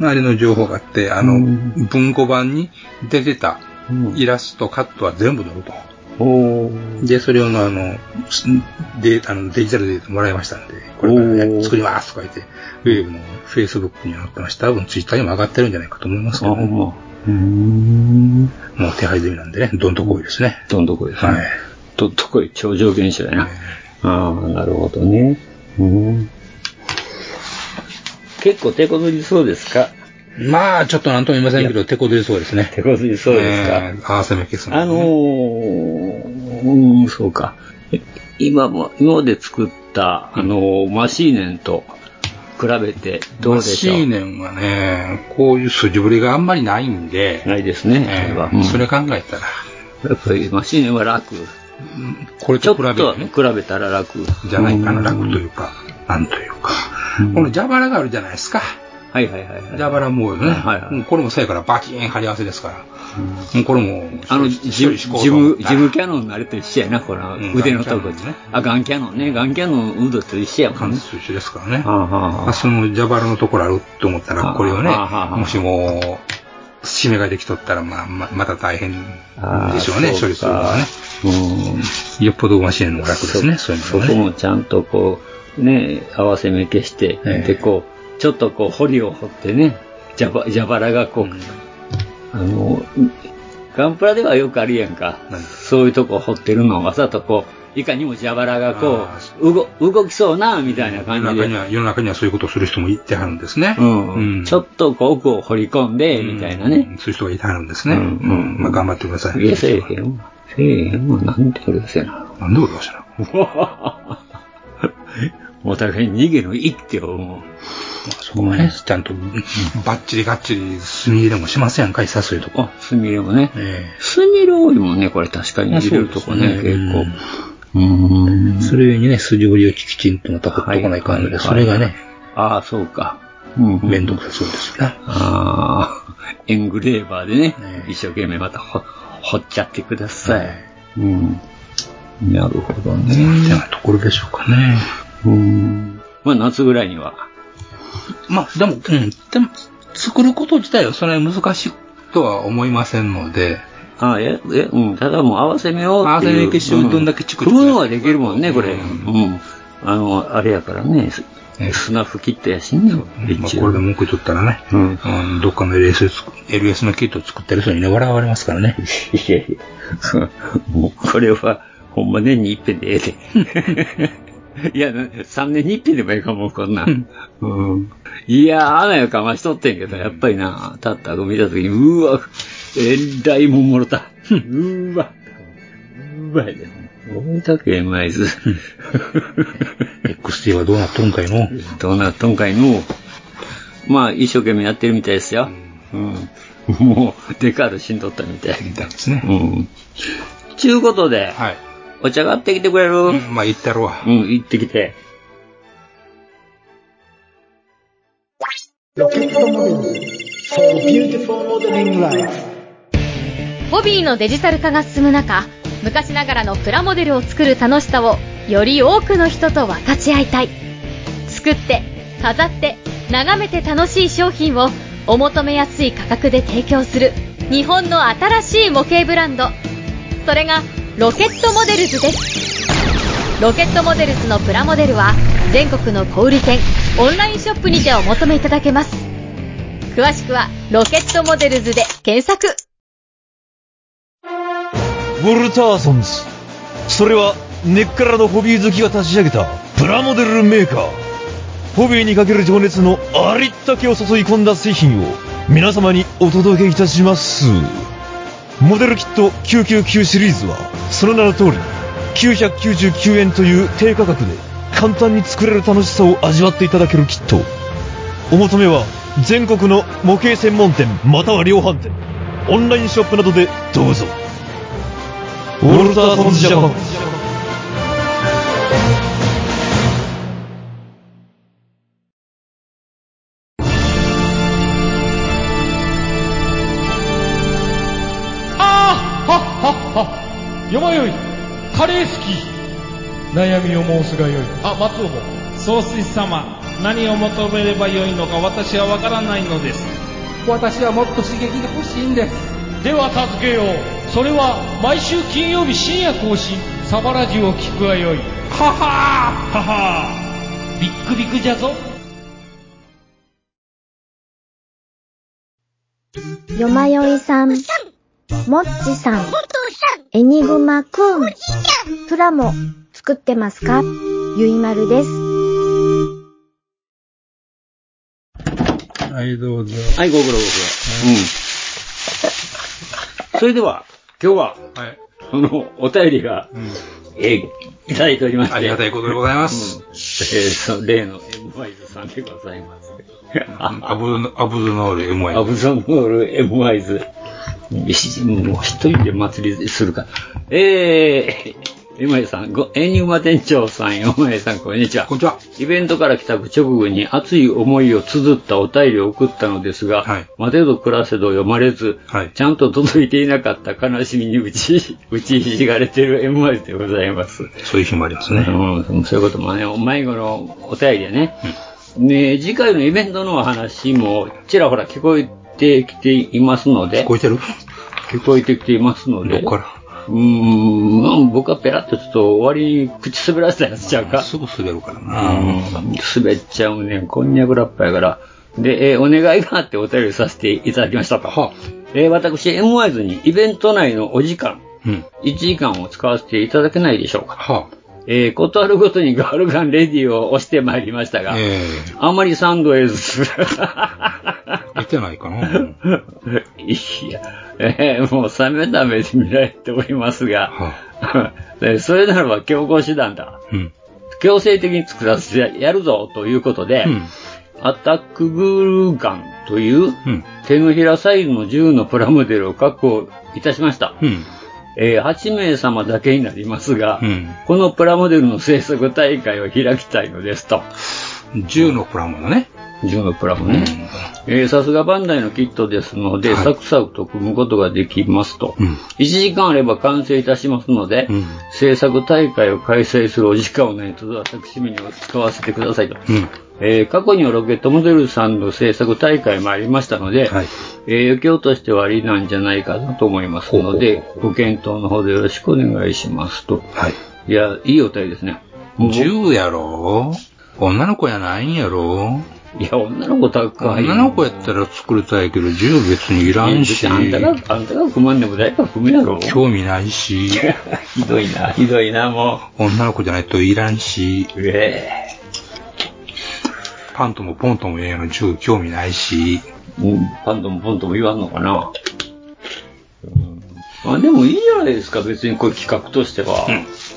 [SPEAKER 8] あれの情報があって、あの、
[SPEAKER 7] うん
[SPEAKER 8] 文庫版に出てた
[SPEAKER 7] うん
[SPEAKER 8] イラスト、カットは全部載ると。
[SPEAKER 7] お
[SPEAKER 8] で、それをあの、すデータあのデジタルでもらいましたんで、これから
[SPEAKER 7] おー
[SPEAKER 8] ね、作りますとか言って、ウェーブの Facebook にも載ってました。多分 Twitter にも上がってるんじゃないかと思いますけ
[SPEAKER 7] あ、
[SPEAKER 8] ど、
[SPEAKER 7] ほん
[SPEAKER 8] も
[SPEAKER 7] ま。うーん。
[SPEAKER 8] う手配済みなんでね、どんとこいですね。
[SPEAKER 7] どんどこいですね。
[SPEAKER 8] はい
[SPEAKER 7] どんどこい、超常現象やな。ああ、なるほどね。うん。結構手こずりそうですか
[SPEAKER 8] まあ、ちょっとなんとも言いませんけど、手こずりそうですね。
[SPEAKER 7] 手こずりそうですか、
[SPEAKER 8] えー合わせ目消す
[SPEAKER 7] あのー、うん、そうか。え今も、今まで作った、あのー、マシーネンと比べてどう
[SPEAKER 8] マ
[SPEAKER 7] でし
[SPEAKER 8] シ
[SPEAKER 7] ょう
[SPEAKER 8] ーネンはね、こういう筋振りがあんまりないんで、
[SPEAKER 7] ないですね、そ
[SPEAKER 8] えー
[SPEAKER 7] れは。うん
[SPEAKER 8] それ考えたら、
[SPEAKER 7] やっぱりマシーネンは楽。
[SPEAKER 8] これ
[SPEAKER 7] ちょ
[SPEAKER 8] と
[SPEAKER 7] っ
[SPEAKER 8] 比べ
[SPEAKER 7] と
[SPEAKER 8] てね、
[SPEAKER 7] 比べたら楽。
[SPEAKER 8] じゃないかな、
[SPEAKER 7] うん
[SPEAKER 8] 楽というか、なんというか
[SPEAKER 7] う。ん
[SPEAKER 8] この蛇腹があるじゃないですか。
[SPEAKER 7] はいはいはい、はい。
[SPEAKER 8] 蛇腹もうね、
[SPEAKER 7] はいはい
[SPEAKER 8] うんこれもそうやからバキーン貼り合わせですから。もうこれも、
[SPEAKER 7] あの、ジ
[SPEAKER 8] ジ
[SPEAKER 7] ム、ジ
[SPEAKER 8] ム、ジム
[SPEAKER 7] ム、ジムキャノンのあれと一緒やな、この
[SPEAKER 8] うん
[SPEAKER 7] 腕のとこ
[SPEAKER 8] ガンキャノンね
[SPEAKER 7] あ、ガンキャノンね。ガンキャノンの運動と一緒やもん
[SPEAKER 8] 関
[SPEAKER 7] ね。
[SPEAKER 8] 節と一緒ですからね。
[SPEAKER 7] はあはあは
[SPEAKER 8] まあ
[SPEAKER 7] あ
[SPEAKER 8] その蛇腹のところあると思ったら、これをね
[SPEAKER 7] ああああああ、
[SPEAKER 8] もしも、締めができとったら、まあ、ままた大変
[SPEAKER 7] あー
[SPEAKER 8] でしょうね、
[SPEAKER 7] そ
[SPEAKER 8] 処理するのはね。
[SPEAKER 7] うん。
[SPEAKER 8] よっぽどマシンの方が楽ですね、そういうの
[SPEAKER 7] そ
[SPEAKER 8] は
[SPEAKER 7] こ
[SPEAKER 8] ね。
[SPEAKER 7] もちゃんとこう、ね、合わせ目消して、
[SPEAKER 8] ええ
[SPEAKER 7] で、こう、ちょっとこう、彫りを彫ってね、蛇腹蛇腹がこう、あの、ガンプラではよくあるやんか
[SPEAKER 8] 何。
[SPEAKER 7] そういうとこ掘ってるのをわざとこう、いかにも蛇腹がこ
[SPEAKER 8] あ
[SPEAKER 7] う、動動きそうな、みたいな
[SPEAKER 8] 世の
[SPEAKER 7] 感じ
[SPEAKER 8] 中に
[SPEAKER 7] で。
[SPEAKER 8] は、世の中にはそういうことをする人もいてはるんですね。
[SPEAKER 7] うん
[SPEAKER 8] うん
[SPEAKER 7] ちょっとこう奥を掘り込んで、みたいな
[SPEAKER 8] う
[SPEAKER 7] ね。
[SPEAKER 8] んそういう人がいてはるんですね。
[SPEAKER 7] う
[SPEAKER 8] うんん。まあ、頑張ってください。
[SPEAKER 7] いや、せえへんわ。せえへんわ。なんで俺がせ な。
[SPEAKER 8] なんで俺が知らん。
[SPEAKER 7] お互い逃げの一手をも
[SPEAKER 8] そこはね、ちゃんと、バッチリガッチリ、墨入れもしませんかいさ、そういうと
[SPEAKER 7] う、
[SPEAKER 8] こ。
[SPEAKER 7] あ、すみれもね。
[SPEAKER 8] え
[SPEAKER 7] すみれ多いもんね、これ確かに入れるとこ
[SPEAKER 8] あ
[SPEAKER 7] ね、
[SPEAKER 8] そうです
[SPEAKER 7] 結構
[SPEAKER 8] ね。
[SPEAKER 7] うー
[SPEAKER 8] え
[SPEAKER 7] ん。
[SPEAKER 8] それにね、筋折りをきちんとまたほっとこない感じ
[SPEAKER 7] はい
[SPEAKER 8] で、それがね、
[SPEAKER 7] ああ、そうか。うんうん
[SPEAKER 8] めんどくさそうですな。
[SPEAKER 7] ああ、エングレーバーでね
[SPEAKER 8] ね、
[SPEAKER 7] 一生懸命またほ掘っちゃってください。うん。なるほど
[SPEAKER 8] そん
[SPEAKER 7] ね。
[SPEAKER 8] なところでしょうかね。
[SPEAKER 7] うん。まあ夏ぐらいには。
[SPEAKER 8] まあ、でも、うん、でも、作ること自体はそれは難しいとは思いませんので、
[SPEAKER 7] ああ、え、え、うん。ただもう合わせ目をっていう。
[SPEAKER 8] 合わせ目決勝どんだけチクチク
[SPEAKER 7] う組むのはできるもんね、これ。う
[SPEAKER 8] うん
[SPEAKER 7] ん。あの、あれやからね、す
[SPEAKER 8] え
[SPEAKER 7] 砂吹きってやしんね
[SPEAKER 8] まあ、これで文句言っとったらね、
[SPEAKER 7] うん
[SPEAKER 8] うんどっかの LS, つ LS のキットを作ってる人にね、笑われますからね。
[SPEAKER 7] いやいや、もうこれは、ほんま年に一遍でえ えで。いや、な3年に一遍でもええかも、こんなん。うん、いや、穴やかましとってんけど、やっぱりな、たったゴ見たときに、うわ、えらいもんもろた。うわ、うわやで。大竹うまい ず。
[SPEAKER 8] XT はどうなっとんかいの。
[SPEAKER 7] どうなっとんかいのうまあ、一生懸命やってるみたいですよ。うん。もう、デカールしんどったみたい。
[SPEAKER 8] みたいですね。
[SPEAKER 7] うん。ちゅうことで、
[SPEAKER 8] はい。
[SPEAKER 7] お茶買ってきてくれる、うん、
[SPEAKER 8] まあ、言ったろうわ。
[SPEAKER 7] 行ってきて。
[SPEAKER 9] ボビーのデジタル化が進む中昔ながらのプラモデルを作る楽しさをより多くの人と分かち合いたい作って飾って眺めて楽しい商品をお求めやすい価格で提供する日本の新しい模型ブランドそれがロケットモデルズですロケットモデルズのプラモデルは全国の小売店オンラインショップにてお求めいただけます詳しくは「ロケットモデルズ」で検索
[SPEAKER 10] ウォルターソンズそれは根っからのホビー好きが立ち上げたプラモデルメーカーホビーにかける情熱のありったけを注い込んだ製品を皆様にお届けいたしますモデルキット999シリーズはその名の通り999円という低価格で簡単に作れる楽しさを味わっていただけるキットお求めは全国の模型専門店または量販店オンラインショップなどでどうぞウォルターソンズジャパン
[SPEAKER 11] あーはっはっはよまよいカレー好き悩みを申すがよいあ松尾も総帥様何を求めればよいのか私はわからないのです私はもっと刺激が欲しいんですでは助けようそれは毎週金曜日深夜更新サバラジュを聞くがよいははーははービックビックじゃぞ
[SPEAKER 12] よまよいさん、もっちさん、エニグマくん、プラモ作ってますかゆいまるです。
[SPEAKER 8] はい、どうぞ。
[SPEAKER 7] はい、ご苦労ご苦労。うん。 それでは、今日は、
[SPEAKER 8] はい。
[SPEAKER 7] その、お便りが、えーいただいておりまして。
[SPEAKER 8] ありがたいことでございま
[SPEAKER 7] うん
[SPEAKER 8] す。
[SPEAKER 7] えーその例の M ワイズさんでございます。
[SPEAKER 8] アブド、アブドノール MY。
[SPEAKER 7] アブザノール M ワイズ。一もう一人で祭りするから。えー、M ワイズさん、ご、エニウマ店長さん、M ワイズさん、こんにちは。
[SPEAKER 8] こんにちは。
[SPEAKER 7] イベントから帰宅直後に熱い思いを綴ったお便りを送ったのですが、
[SPEAKER 8] はい
[SPEAKER 7] 待てど暮らせど読まれず、
[SPEAKER 8] はい
[SPEAKER 7] ちゃんと届いていなかった悲しみに打ち、 打ちひしがれてる MY でございます。
[SPEAKER 8] そういう日もありますね。
[SPEAKER 7] うん、そういうこともね、迷子のお便りでね。ね次回のイベントのお話もちらほら聞こえてきていますので、
[SPEAKER 8] 聞こえてる
[SPEAKER 7] 聞こえてきていますの
[SPEAKER 8] ど
[SPEAKER 7] で、
[SPEAKER 8] っから
[SPEAKER 7] うーん、僕はペラッとちょっと終わりに口滑らせたやつちゃうか。
[SPEAKER 8] すぐ滑るからな。
[SPEAKER 7] うん滑っちゃうねん。こんにゃくラッパやから。で、えーお願いがあってお便りさせていただきましたと。えー私、m ワイズにイベント内のお時間、 1時間を使わせていただけないでしょうか。えー、ことあるごとにガールガンレディを押してまいりましたが、あんまりサンドエイ ズ、
[SPEAKER 8] 見てないかな。
[SPEAKER 7] いや、えーもう冷めた目で見られておりますが、 えーそれならば強行手段だ。
[SPEAKER 8] うん
[SPEAKER 7] 強制的に作らせてやるぞということで、アタックグールガンという手のひらサイズの銃のプラモデルを確保いたしました。
[SPEAKER 8] うん。
[SPEAKER 7] えー8名様だけになりますが、
[SPEAKER 8] うん。
[SPEAKER 7] このプラモデルの制作大会を開きたいのですと。
[SPEAKER 8] 銃のプラモのね。
[SPEAKER 7] 銃のプラモね。えーさすがバンダイのキットですので、サクサクと組むことができますと。1時間あれば完成いたしますので、制作大会を開催するお時間をないと私めに使わせてくださいと。
[SPEAKER 8] うん。
[SPEAKER 7] えー過去にはロケットモデルさんの制作大会もありましたので、えー余興としてはありなんじゃないかなと思いますので、ご検討の方でよろしくお願いしますと。
[SPEAKER 8] はい。
[SPEAKER 7] いや、いいお便りですね。
[SPEAKER 8] 銃やろ女の子やないんやろ
[SPEAKER 7] いや、女の子高いよ
[SPEAKER 8] 女の子やったら作りたいけど、銃別にいらんし。
[SPEAKER 7] いや別にあんたが、あんたが組まんでも誰か組むやろ。
[SPEAKER 8] 興味ないし。
[SPEAKER 7] ひどいな、ひどいな、も
[SPEAKER 8] 女の子じゃないといらんし。
[SPEAKER 7] え
[SPEAKER 8] パンともポンともええやの銃興味ないし。
[SPEAKER 7] パンともポンとも言わんのかな。あでもいいじゃないですか、別にこれ企画としては。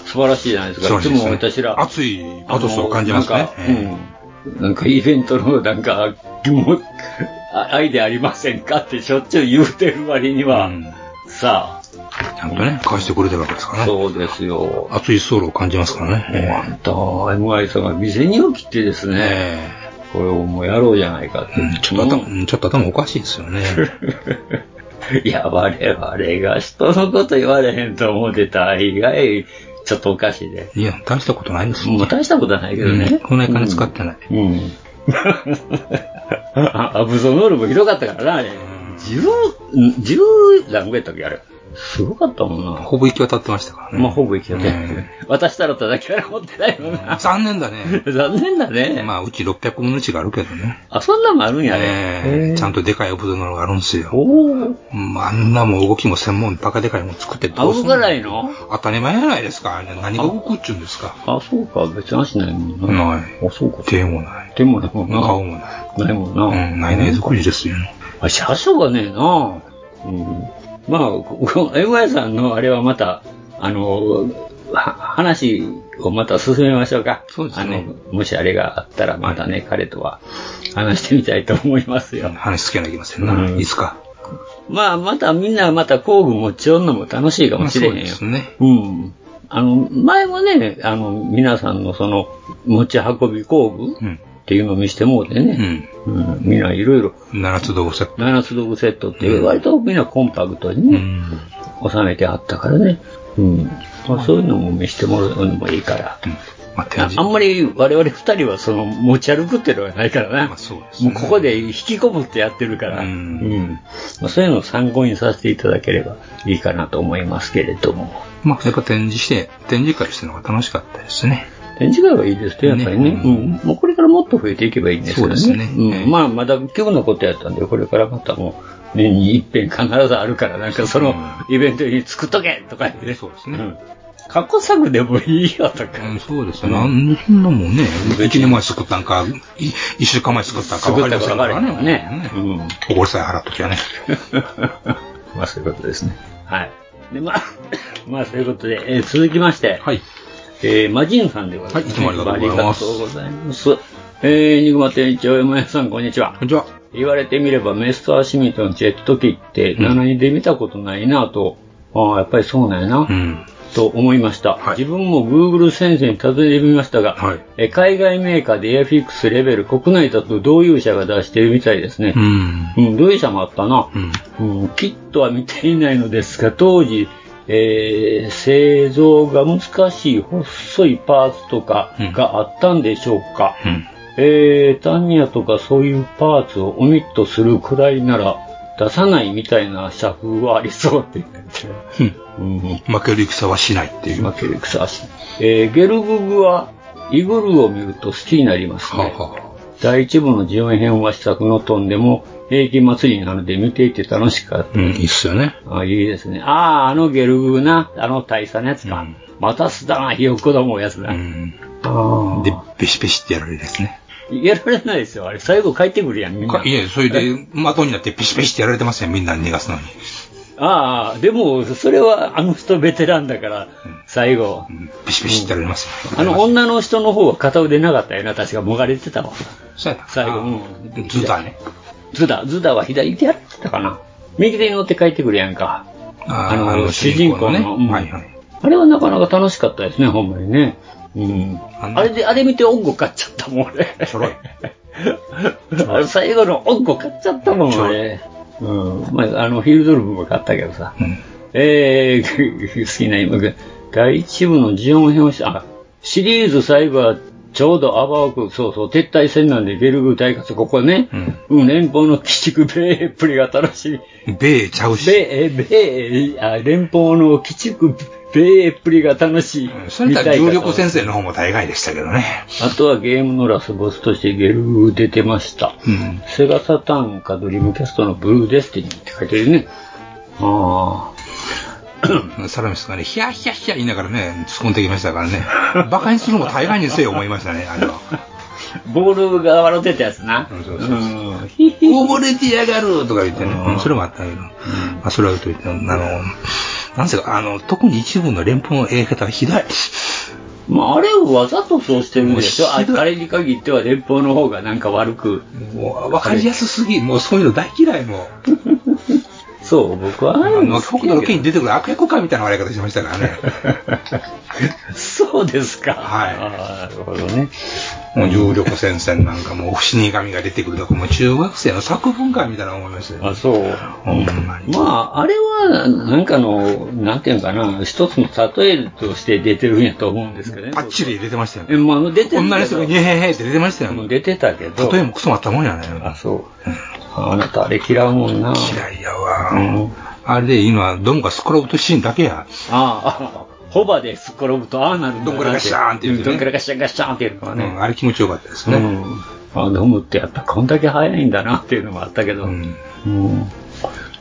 [SPEAKER 7] 素晴らしいじゃないですか。
[SPEAKER 8] そう
[SPEAKER 7] い
[SPEAKER 8] で
[SPEAKER 7] つ
[SPEAKER 8] すね
[SPEAKER 7] も私ら。
[SPEAKER 8] 熱いパトスを感じますね
[SPEAKER 7] あのなんかうんなんかイベントの、なんか、もうあアイデアありませんかってしょっちゅう言うてる割には、さ
[SPEAKER 8] ちゃんとね、返してくれてるわけですからね。
[SPEAKER 7] そうですよ。
[SPEAKER 8] 熱いソウルを感じますからね。
[SPEAKER 7] あ、あんた、MI さんが店に起きてですね、これをもうやろうじゃないかって。
[SPEAKER 8] ちょっと頭、うんちょっと頭おかしいですよね。
[SPEAKER 7] いや、我々が人のこと言われへんと思ってた。意外、ちょっとおかしいで。
[SPEAKER 8] いや、大したことないんです
[SPEAKER 7] もう大したことはないけどね。
[SPEAKER 8] うんこんなに金使ってない。
[SPEAKER 7] うん。 あアブゾノールもひどかったからな、あれ。十、十何ぐらいやったっけ、あれ。すごかったもんな。
[SPEAKER 8] ほぼ行き渡ってましたからね。
[SPEAKER 7] まあ、ほぼ行き渡って。
[SPEAKER 8] うん
[SPEAKER 7] 渡したらただけは持ってないもんな。
[SPEAKER 8] 残念だね。
[SPEAKER 7] 残念だね。
[SPEAKER 8] まあ、うち600分の1があるけどね。
[SPEAKER 7] あ、そんなんもあるんやね。
[SPEAKER 8] ええちゃんとでかいオブドナルがあるんですよ。うんあんなもん動きも専門バカでかいもん作ってど
[SPEAKER 7] 青
[SPEAKER 8] うすん
[SPEAKER 7] ぐ
[SPEAKER 8] の
[SPEAKER 7] らいの
[SPEAKER 8] 当たり前じゃないですか。何が動くっちゅうんですか。
[SPEAKER 7] あ、そうか、別に足ないもんな。ない。あ、そうか。
[SPEAKER 8] 手もない。
[SPEAKER 7] 手もないもんな。
[SPEAKER 8] 顔もない。
[SPEAKER 7] ないもんな。
[SPEAKER 8] うん、ないない作りですよ。
[SPEAKER 7] あ、車掌がねえな。うん。まあ、 ここ MY さんのあれはまた、あの、は話をまた進めましょうか。そうですね。あの、もしあれがあったらまたね、彼とは話してみたいと思いますよ。
[SPEAKER 8] 話好きなきませんな。いつか。
[SPEAKER 7] まあ、またみんなまた工具持ち寄るのも楽しいかもしれへんよ。
[SPEAKER 8] まあそうですね。
[SPEAKER 7] うん。あの、前もね、あの、皆さんのその、持ち運び工具っていうのを見せてもうてね。うん。みんないろいろ。
[SPEAKER 8] 七つ道具セット。
[SPEAKER 7] 七つ道具セットって、割とみんなコンパクトにね、収めてあったからね。うん。まあ、そういうのも見せてもらうのもいいから。ああんまり我々二人はその持ち歩くっていうのはないからね。もうここで引きこもってやってるから、うんまあ、そういうのを参考にさせていただければいいかなと思いますけれども。
[SPEAKER 8] まあ、やっぱ展示して、展示会してるのが楽しかったですね。
[SPEAKER 7] 展示会はいいですね、やっぱりね。うん。もうこれからもっと増えていけばいいんですよね。
[SPEAKER 8] そうです
[SPEAKER 7] うん。まあ、まだ今日のことやったんで、これからまたもう、年に一遍必ずあるから、なんかそのイベントに作っとけとか言ってね。そうですね。過去作でもいいよとか。
[SPEAKER 8] そうですなんでそんなもんね、1年前作ったんか、い一週間前作ったんか分かりませんから
[SPEAKER 7] 作ったか分か
[SPEAKER 8] ね。
[SPEAKER 7] らへんから ねうん。
[SPEAKER 8] 心さえ払っときゃね。
[SPEAKER 7] まあそういうことですね。はい。で、まあ、まあそういうことで、えー続きまして、はい。えー、マジンさんでございま
[SPEAKER 8] はい
[SPEAKER 7] す。
[SPEAKER 8] いつもありがとうございます
[SPEAKER 7] ありがとうございます。えー、ニグマ店長、山谷さん、こんにちは。こんにちは。言われてみれば、メスターシミットのジェット機って、7人で見たことないなと、ああ、やっぱりそうなんやな。と思いました、自分も Google 先生に尋ねてみましたが、えー海外メーカーで AirFix レベル国内だと同有者が出してるみたいですね、
[SPEAKER 8] うん。
[SPEAKER 7] うん、同意者もあったな、うんキットは見ていないのですが、当時、えー製造が難しい細いパーツとかがあったんでしょうか、えータミヤとかそういうパーツをオミットするくらいなら出さないみたいな社風はありそうって言って
[SPEAKER 8] 負ける戦はしないっていう。
[SPEAKER 7] 負ける戦はしない。えーゲルググはイグルを見ると好きになりますね。第一部の14編は試作のとんでも、平均祭りなので見ていて楽しかった。
[SPEAKER 8] うん、いいっすよね。
[SPEAKER 7] あいいですね。ああ、あのゲルグーな、あの大佐のやつか。またすだな、ひよっこどもおやつだ。あ
[SPEAKER 8] で、ペシペシってやられるですね。
[SPEAKER 7] やられないですよ、あれ。最後帰ってくるやん、みんな。
[SPEAKER 8] いえ、それで、的になってペシペシってやられてますよ、みんなに逃がすのに。
[SPEAKER 7] ああ、でも、それはあの人ベテランだから、最後。
[SPEAKER 8] ペシペシってやられますよ。
[SPEAKER 7] あの女の人の方は片腕なかったよな、確かもがれてたわ。
[SPEAKER 8] そうやった。
[SPEAKER 7] 最後、うん。
[SPEAKER 8] ズダね。
[SPEAKER 7] ズダ、ズダは左手やってたかな。右手に乗って帰ってくるやんか。
[SPEAKER 8] あ
[SPEAKER 7] あの主人公のうん
[SPEAKER 8] はいはい。
[SPEAKER 7] あれはなかなか楽しかったですね、ほんまにね。うん。あれで、あれ見て音楽買っちゃったもん、俺。
[SPEAKER 8] ちょろい。
[SPEAKER 7] あれ最後の音楽買っちゃったもん、俺。うん。まあ、あの、ヒールドルフも買ったけどさ。えー、 好きな今、第1部の14編をし、あ、シリーズ最後は、ちょうどアバオク、そうそう、撤退戦なんで、ベルグー大活、ここね、うん、連邦の鬼畜米英っぷりが楽し
[SPEAKER 8] み。米ちゃうし。
[SPEAKER 7] 米英、米英、あ、連邦の鬼畜米英っぷりが楽しい。
[SPEAKER 8] それだったら
[SPEAKER 7] 見
[SPEAKER 8] 重
[SPEAKER 7] たい方
[SPEAKER 8] 力先生の方も大概でしたけどね。
[SPEAKER 7] あとはゲームのラスボスとしてゲルグ出てました。セガサターンかドリームキャストのブルーデスティニーって書いてるね。あ
[SPEAKER 8] あ。サラミスがね、ヒャヒャヒャ言いながら ね、突っ込んできましたからね。馬鹿にするのも大概にせえ思いましたね、あれは。
[SPEAKER 7] ボールが笑ってたやつな。
[SPEAKER 8] うんこぼれてやがるとか言ってね、うんそれもあったけど、まあ、それはといって、あの、なんせか、あの、特に一部の連邦の映画方はひどい。
[SPEAKER 7] まあ、あれをわざとそうしてるんでしょああれに限っては連邦の方がなんか悪く。
[SPEAKER 8] もうわかりやすすぎ、もうそういうの大嫌い、も
[SPEAKER 7] う。そう、僕はああいう
[SPEAKER 8] あの、
[SPEAKER 7] の
[SPEAKER 8] 北
[SPEAKER 7] 好き
[SPEAKER 8] 斗
[SPEAKER 7] や
[SPEAKER 8] の
[SPEAKER 7] けど
[SPEAKER 8] 剣に出てくる悪役かみたいな笑い方しましたからね。
[SPEAKER 7] そうですか。
[SPEAKER 8] はい。
[SPEAKER 7] なるほどね。
[SPEAKER 8] もう重力戦線なんかもう死神が出てくるとか、もう中学生の作文会みたいな思いましたよ。
[SPEAKER 7] あ、そう。まあ、あれは、なんかの、なんていうのかな、一つの例えとして出てるんやと思うんですけどね。
[SPEAKER 8] バッチリ出てましたよね。
[SPEAKER 7] え、まあ、出てるけど
[SPEAKER 8] 女の人がニェヘヘって出てましたよね。
[SPEAKER 7] 出てたけど。
[SPEAKER 8] 例えもクソもあったもんやね。あ、
[SPEAKER 7] そう。あなたあれ嫌うもんな。
[SPEAKER 8] 嫌いやわ。あれで今、ドンがスクローブとシーンだけや。
[SPEAKER 7] ああ、ホバですっ転ぶと、ああなるんだな
[SPEAKER 8] どんぐらガシャーンって言うてね
[SPEAKER 7] どんぐらガシャンガシャーンっていうのはね。
[SPEAKER 8] あれ気持ちよかったですね。
[SPEAKER 7] うんあ、飲むってやっぱこんだけ早いんだなっていうのもあったけど、うん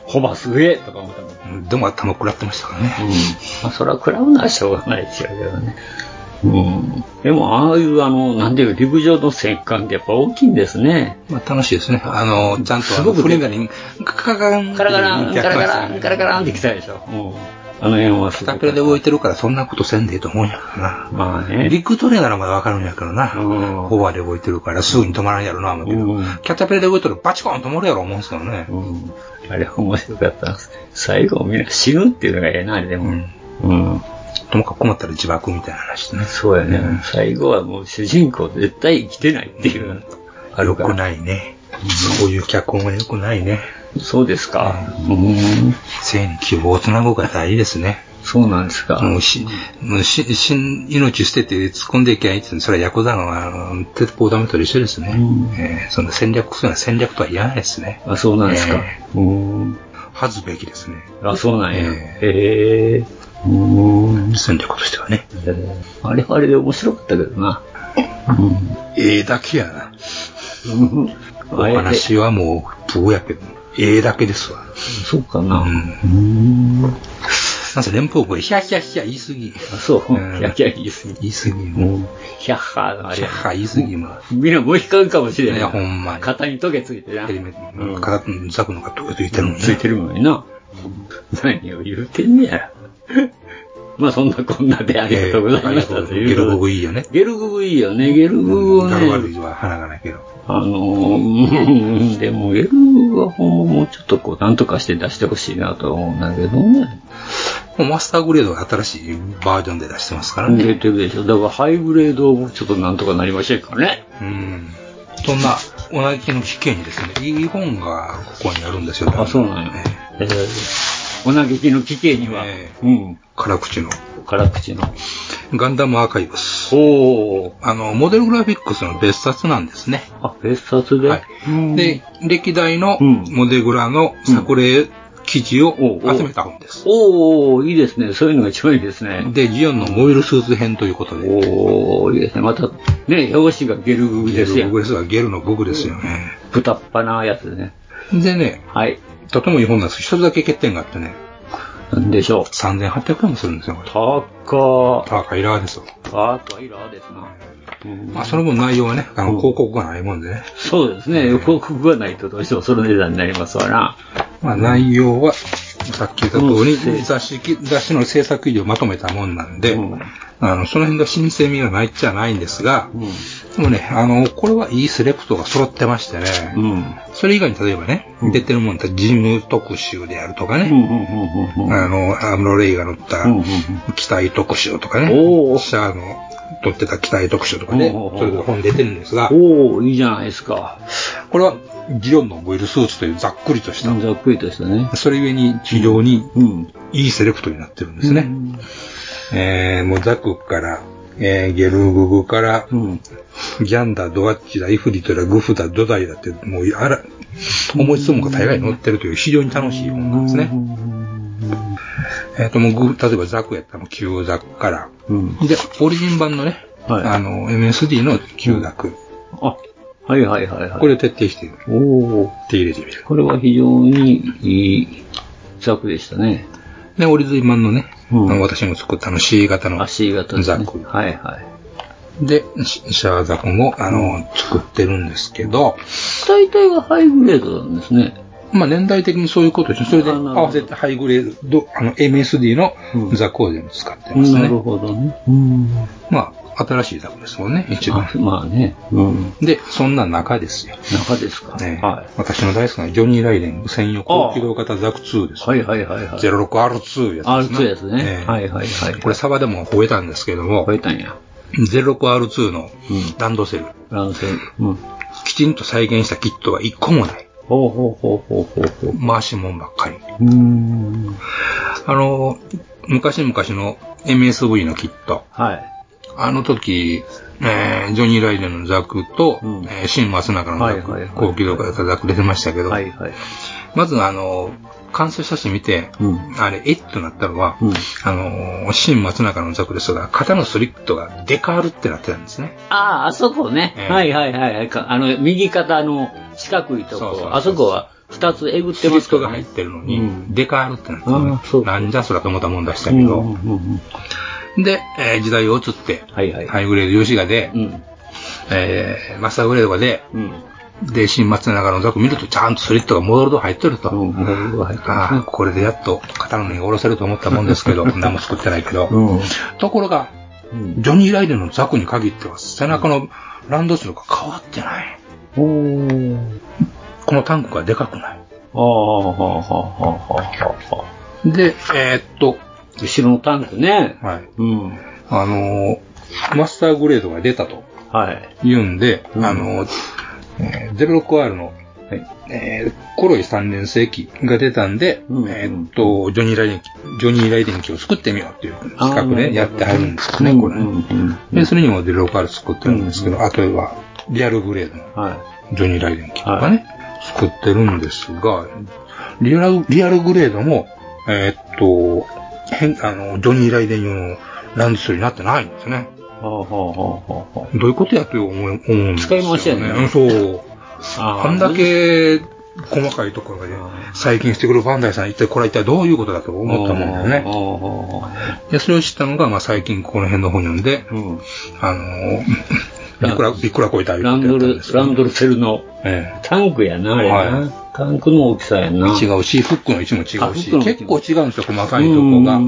[SPEAKER 7] ホバすげえとか思ったも
[SPEAKER 8] ん。でも頭食らってましたからね。
[SPEAKER 7] まあ、それは食らうのはしょうがないでしょうけどね。うん、でも、ああいう、あの、なんていうか、陸上の戦艦ってやっぱ大きいんですね。
[SPEAKER 8] まあ楽しいですね。あの、ちゃんとあの、フレンガに、カカカン、
[SPEAKER 7] カラカラン、カラカラン、カラカランってきたでしょ。あの辺は
[SPEAKER 8] スタペラで動いてるからそんなことせんでいいと思うんやからな。
[SPEAKER 7] まあね
[SPEAKER 8] ビッグトレーならまだわかるんやけどな。ホバーで動いてるからすぐに止まらんやろな、思うけど。キャタペラで動いてるらバチコーン止まるやろ思うんですけどね。
[SPEAKER 7] あれ面白かったです。最後みんな死ぬっていうのがええな、でも。うん。
[SPEAKER 8] ともかく困ったら自爆みたいな話ね。
[SPEAKER 7] そうやね。最後はもう主人公絶対生きてないっていう。あるから
[SPEAKER 8] 良くないね。そういう脚本は良くないね。
[SPEAKER 7] そうですか。
[SPEAKER 8] 生に希望をつなぐが大事ですね。
[SPEAKER 7] そうなんですか。
[SPEAKER 8] もうし、もうし、しん、命捨てて突っ込んでいけないっていうのそれはヤクザの、あの、鉄砲ダメと一緒ですね。えーその戦略、そういうのは戦略とは言わないですね。
[SPEAKER 7] あ、そうなんですか。うん。
[SPEAKER 8] はずべきですね。
[SPEAKER 7] あ、そうなんや。へえ。うん。
[SPEAKER 8] 戦略としてはね。
[SPEAKER 7] あれはあれで面白かったけどな。
[SPEAKER 8] ええだけやな。お
[SPEAKER 7] あえて
[SPEAKER 8] 話はもう、どうやけど、ええだけですわ。
[SPEAKER 7] そうかな。
[SPEAKER 8] うん。なんせ連邦軍、ヒャヒャヒャ言い過ぎ。
[SPEAKER 7] あ、そう。
[SPEAKER 8] うん
[SPEAKER 7] いやいや、言い過ぎ。
[SPEAKER 8] 言い過ぎ。もう、
[SPEAKER 7] ヒャッハーのあれ
[SPEAKER 8] ヒャ
[SPEAKER 7] や。
[SPEAKER 8] ハ言い過ぎ、ま
[SPEAKER 7] みんなもう引かんかもしれ
[SPEAKER 8] い
[SPEAKER 7] んな
[SPEAKER 8] や、
[SPEAKER 7] い。
[SPEAKER 8] ほんまに。
[SPEAKER 7] 肩にトゲついてな。
[SPEAKER 8] うん。かザクの方がついてるもんね。
[SPEAKER 7] ついてるもんな。何を言うてんねや。 まあそんなこんなでありがとうございましたという。
[SPEAKER 8] ゲルゴグいいよね。
[SPEAKER 7] ゲルググいいよね。ゲルググは
[SPEAKER 8] ガルガ
[SPEAKER 7] ね、
[SPEAKER 8] ルは花がないけど。
[SPEAKER 7] あのー、でもゲルググはほんまもうちょっとこう、なんとかして出してほしいなとは思うんだけどね。
[SPEAKER 8] もうマスターグレードは新しいバージョンで出してますからね。
[SPEAKER 7] 出てるでしょ。だからハイブレードもちょっとなんとかなりませんかね。
[SPEAKER 8] うん。そんな、同じ系の危険にですね、いい本がここにあるんですよ。あ、
[SPEAKER 7] そうなんや。えー、お嘆きの奇形には、うん。
[SPEAKER 8] 辛口の。
[SPEAKER 7] 辛口の。
[SPEAKER 8] ガンダムアーカイブス。
[SPEAKER 7] お
[SPEAKER 8] あの、モデルグラフィックスの別冊なんですね。
[SPEAKER 7] あ、別冊で、
[SPEAKER 8] はい、で、歴代のモデグラの作例生地を集めた本です。
[SPEAKER 7] おー、いいですね。そういうのが一番いいですね。
[SPEAKER 8] で、ジオンのモビルスーツ編ということで。
[SPEAKER 7] おー、いいですね。また、ね、表紙がゲルググですよ。
[SPEAKER 8] ゲルググですが、ゲルのググですよね。
[SPEAKER 7] 豚っぱなやつでね。
[SPEAKER 8] でね、
[SPEAKER 7] はい。
[SPEAKER 8] とてもいい本なんです一つだけ欠点があってね。
[SPEAKER 7] なんでしょう。
[SPEAKER 8] 3800円もするんですよ、これ。
[SPEAKER 7] 高ー。
[SPEAKER 8] 高いらですよ。
[SPEAKER 7] あとはいらですな。うん
[SPEAKER 8] まあ、その分内容はね、あの、広告がないもんでね。
[SPEAKER 7] そうですね。広告がないとどうしてもその値段になりますわな。
[SPEAKER 8] まあ、内容は、さっき言った通り
[SPEAKER 7] うん、
[SPEAKER 8] 雑誌、雑誌の制作費をまとめたもんなんで、あの、その辺が新鮮味がないっちゃないんですが、でもね、あの、これはいいセレクトが揃ってましてね、それ以外に例えばね、出てるもんだったらジム特集であるとかね、あの、アムロレイが乗った機体特集とかね、シャアの撮ってた機体特集とかね、そういう本出てるんですが、
[SPEAKER 7] おー、いいじゃないですか。
[SPEAKER 8] これは、ギオンのボイルスーツというざっくりとした、
[SPEAKER 7] ざっくりとしたね。
[SPEAKER 8] それゆえに非常にいいセレクトになってるんですね。えー、モザクから、えー、ゲルググから、ギャンダ、ドアッチだ、イフリトだ、グフだ、ドダイだって、もう、あら、思いつつもが大概載ってるという非常に楽しい本なんですね。えっ、と、もうグ、例えばザクやったら旧ザクから、で、オリジン版のね、あの、MSD の旧ザク、
[SPEAKER 7] あ、はいはいはいはい。
[SPEAKER 8] これを徹底して
[SPEAKER 7] おー。
[SPEAKER 8] 手入れてみる。
[SPEAKER 7] これは非常にいいザクでしたね。
[SPEAKER 8] で、オリジン版のね、あの私も作ったあの C 型の
[SPEAKER 7] 足型ですね
[SPEAKER 8] ザ。
[SPEAKER 7] はいはい。
[SPEAKER 8] で、シシャーザクも、あの、作ってるんですけど、
[SPEAKER 7] 大体はハイグレードなんですね。
[SPEAKER 8] まあ年代的にそういうことでしょ。それで合わせてハイグレード、あの、MSD のザクを全部使ってますね。
[SPEAKER 7] なるほどね。
[SPEAKER 8] まあ、新しいザクですもんね、一番。
[SPEAKER 7] まあね。うん。
[SPEAKER 8] で、そんな中ですよ。
[SPEAKER 7] 中ですか。
[SPEAKER 8] ね私の大好きなジョニー・ライデン専用高機動型ザク2です。
[SPEAKER 7] はいはいはいはい。
[SPEAKER 8] 06R2 やつ
[SPEAKER 7] R2 ですねはいはいはい
[SPEAKER 8] これサバでも吠えたんですけども。
[SPEAKER 7] 吠えたんや。
[SPEAKER 8] 06R2 のランドセル。
[SPEAKER 7] ランセル。
[SPEAKER 8] きちんと再現したキットは一個もない。
[SPEAKER 7] ほうほうほうほうほうほ
[SPEAKER 8] 回しもんばっかり。
[SPEAKER 7] う。うん。
[SPEAKER 8] あの、昔々の MSV のキット。
[SPEAKER 7] はい。
[SPEAKER 8] あの時、えージョニー・ライデンのザクと、えーシン・マスナカのザク、高機動型ザク出てましたけど、まずあの、完成写真見て、あれ、えっとなったのは、あの、シン・マスナカのザクですが、肩のスリットがデカールってなってたんですね。
[SPEAKER 7] ああ、あそこね。はいはいはいはい。かあの、右肩の四角い
[SPEAKER 8] そ
[SPEAKER 7] と
[SPEAKER 8] うそうそう
[SPEAKER 7] こ、あそこは二つえぐってますからね。
[SPEAKER 8] ってるのに、デカールってなってたねなんじゃそらと思ったもんだしたけど、で、えー時代を移って、ハイグレード吉賀で、えーマスターグレードがで、で、新松永のザク見ると、ちゃんとスリットがモールド入ってると。ああ、これでやっと肩の荷が下ろせると思ったもんです けど、何も作ってないけど。ところが、ジョニー・ライデンのザクに限っては、背中のランドセルが変わってない。このタンクがでかくない。
[SPEAKER 7] ああ、はあ、はあ、はあ、はあ。
[SPEAKER 8] で、えーっと、
[SPEAKER 7] 後ろのタンクね。
[SPEAKER 8] はい。
[SPEAKER 7] うん。
[SPEAKER 8] あのーマスターグレードが出たと
[SPEAKER 7] はい。
[SPEAKER 8] 言うんで、あのーえー 06R の、えーコロイ3連星機が出たんで、えーっと、ジョニー・ライデン機、ジョニー・ライデン機を作ってみようっていう企画
[SPEAKER 7] あー
[SPEAKER 8] でやってはるんですよね、これね、で、それにも 06R 作ってるんですけど、あとは、リアルグレードのジョニー・ライデン機とかね、作ってるんですが、リアル、リアルグレードも、えーっと、変、あの、ジョニー・ライデン用のランドセルになってないんですね。
[SPEAKER 7] はあ、はあ、はあ、はあ。
[SPEAKER 8] どういうことやと思う思うんですよ、ね。
[SPEAKER 7] 使い回しやね
[SPEAKER 8] うんそう。
[SPEAKER 7] あー
[SPEAKER 8] あんだけ細かいところまで再建してくるバンダイさん、一体これは一体どういうことだと思ったもんだよね。で、それを知ったのが、まあ最近この辺の本読んで、あのー、びっくら、びっくらこいた
[SPEAKER 7] ランドル、ランドルセルのタンクやな、あれ
[SPEAKER 8] は
[SPEAKER 7] な。タンクの大きさやな。
[SPEAKER 8] 違うし、フックの位置も違
[SPEAKER 7] あ
[SPEAKER 8] う
[SPEAKER 7] フッ
[SPEAKER 8] し、
[SPEAKER 7] クの位
[SPEAKER 8] 結構違うんですよ、細かいところが。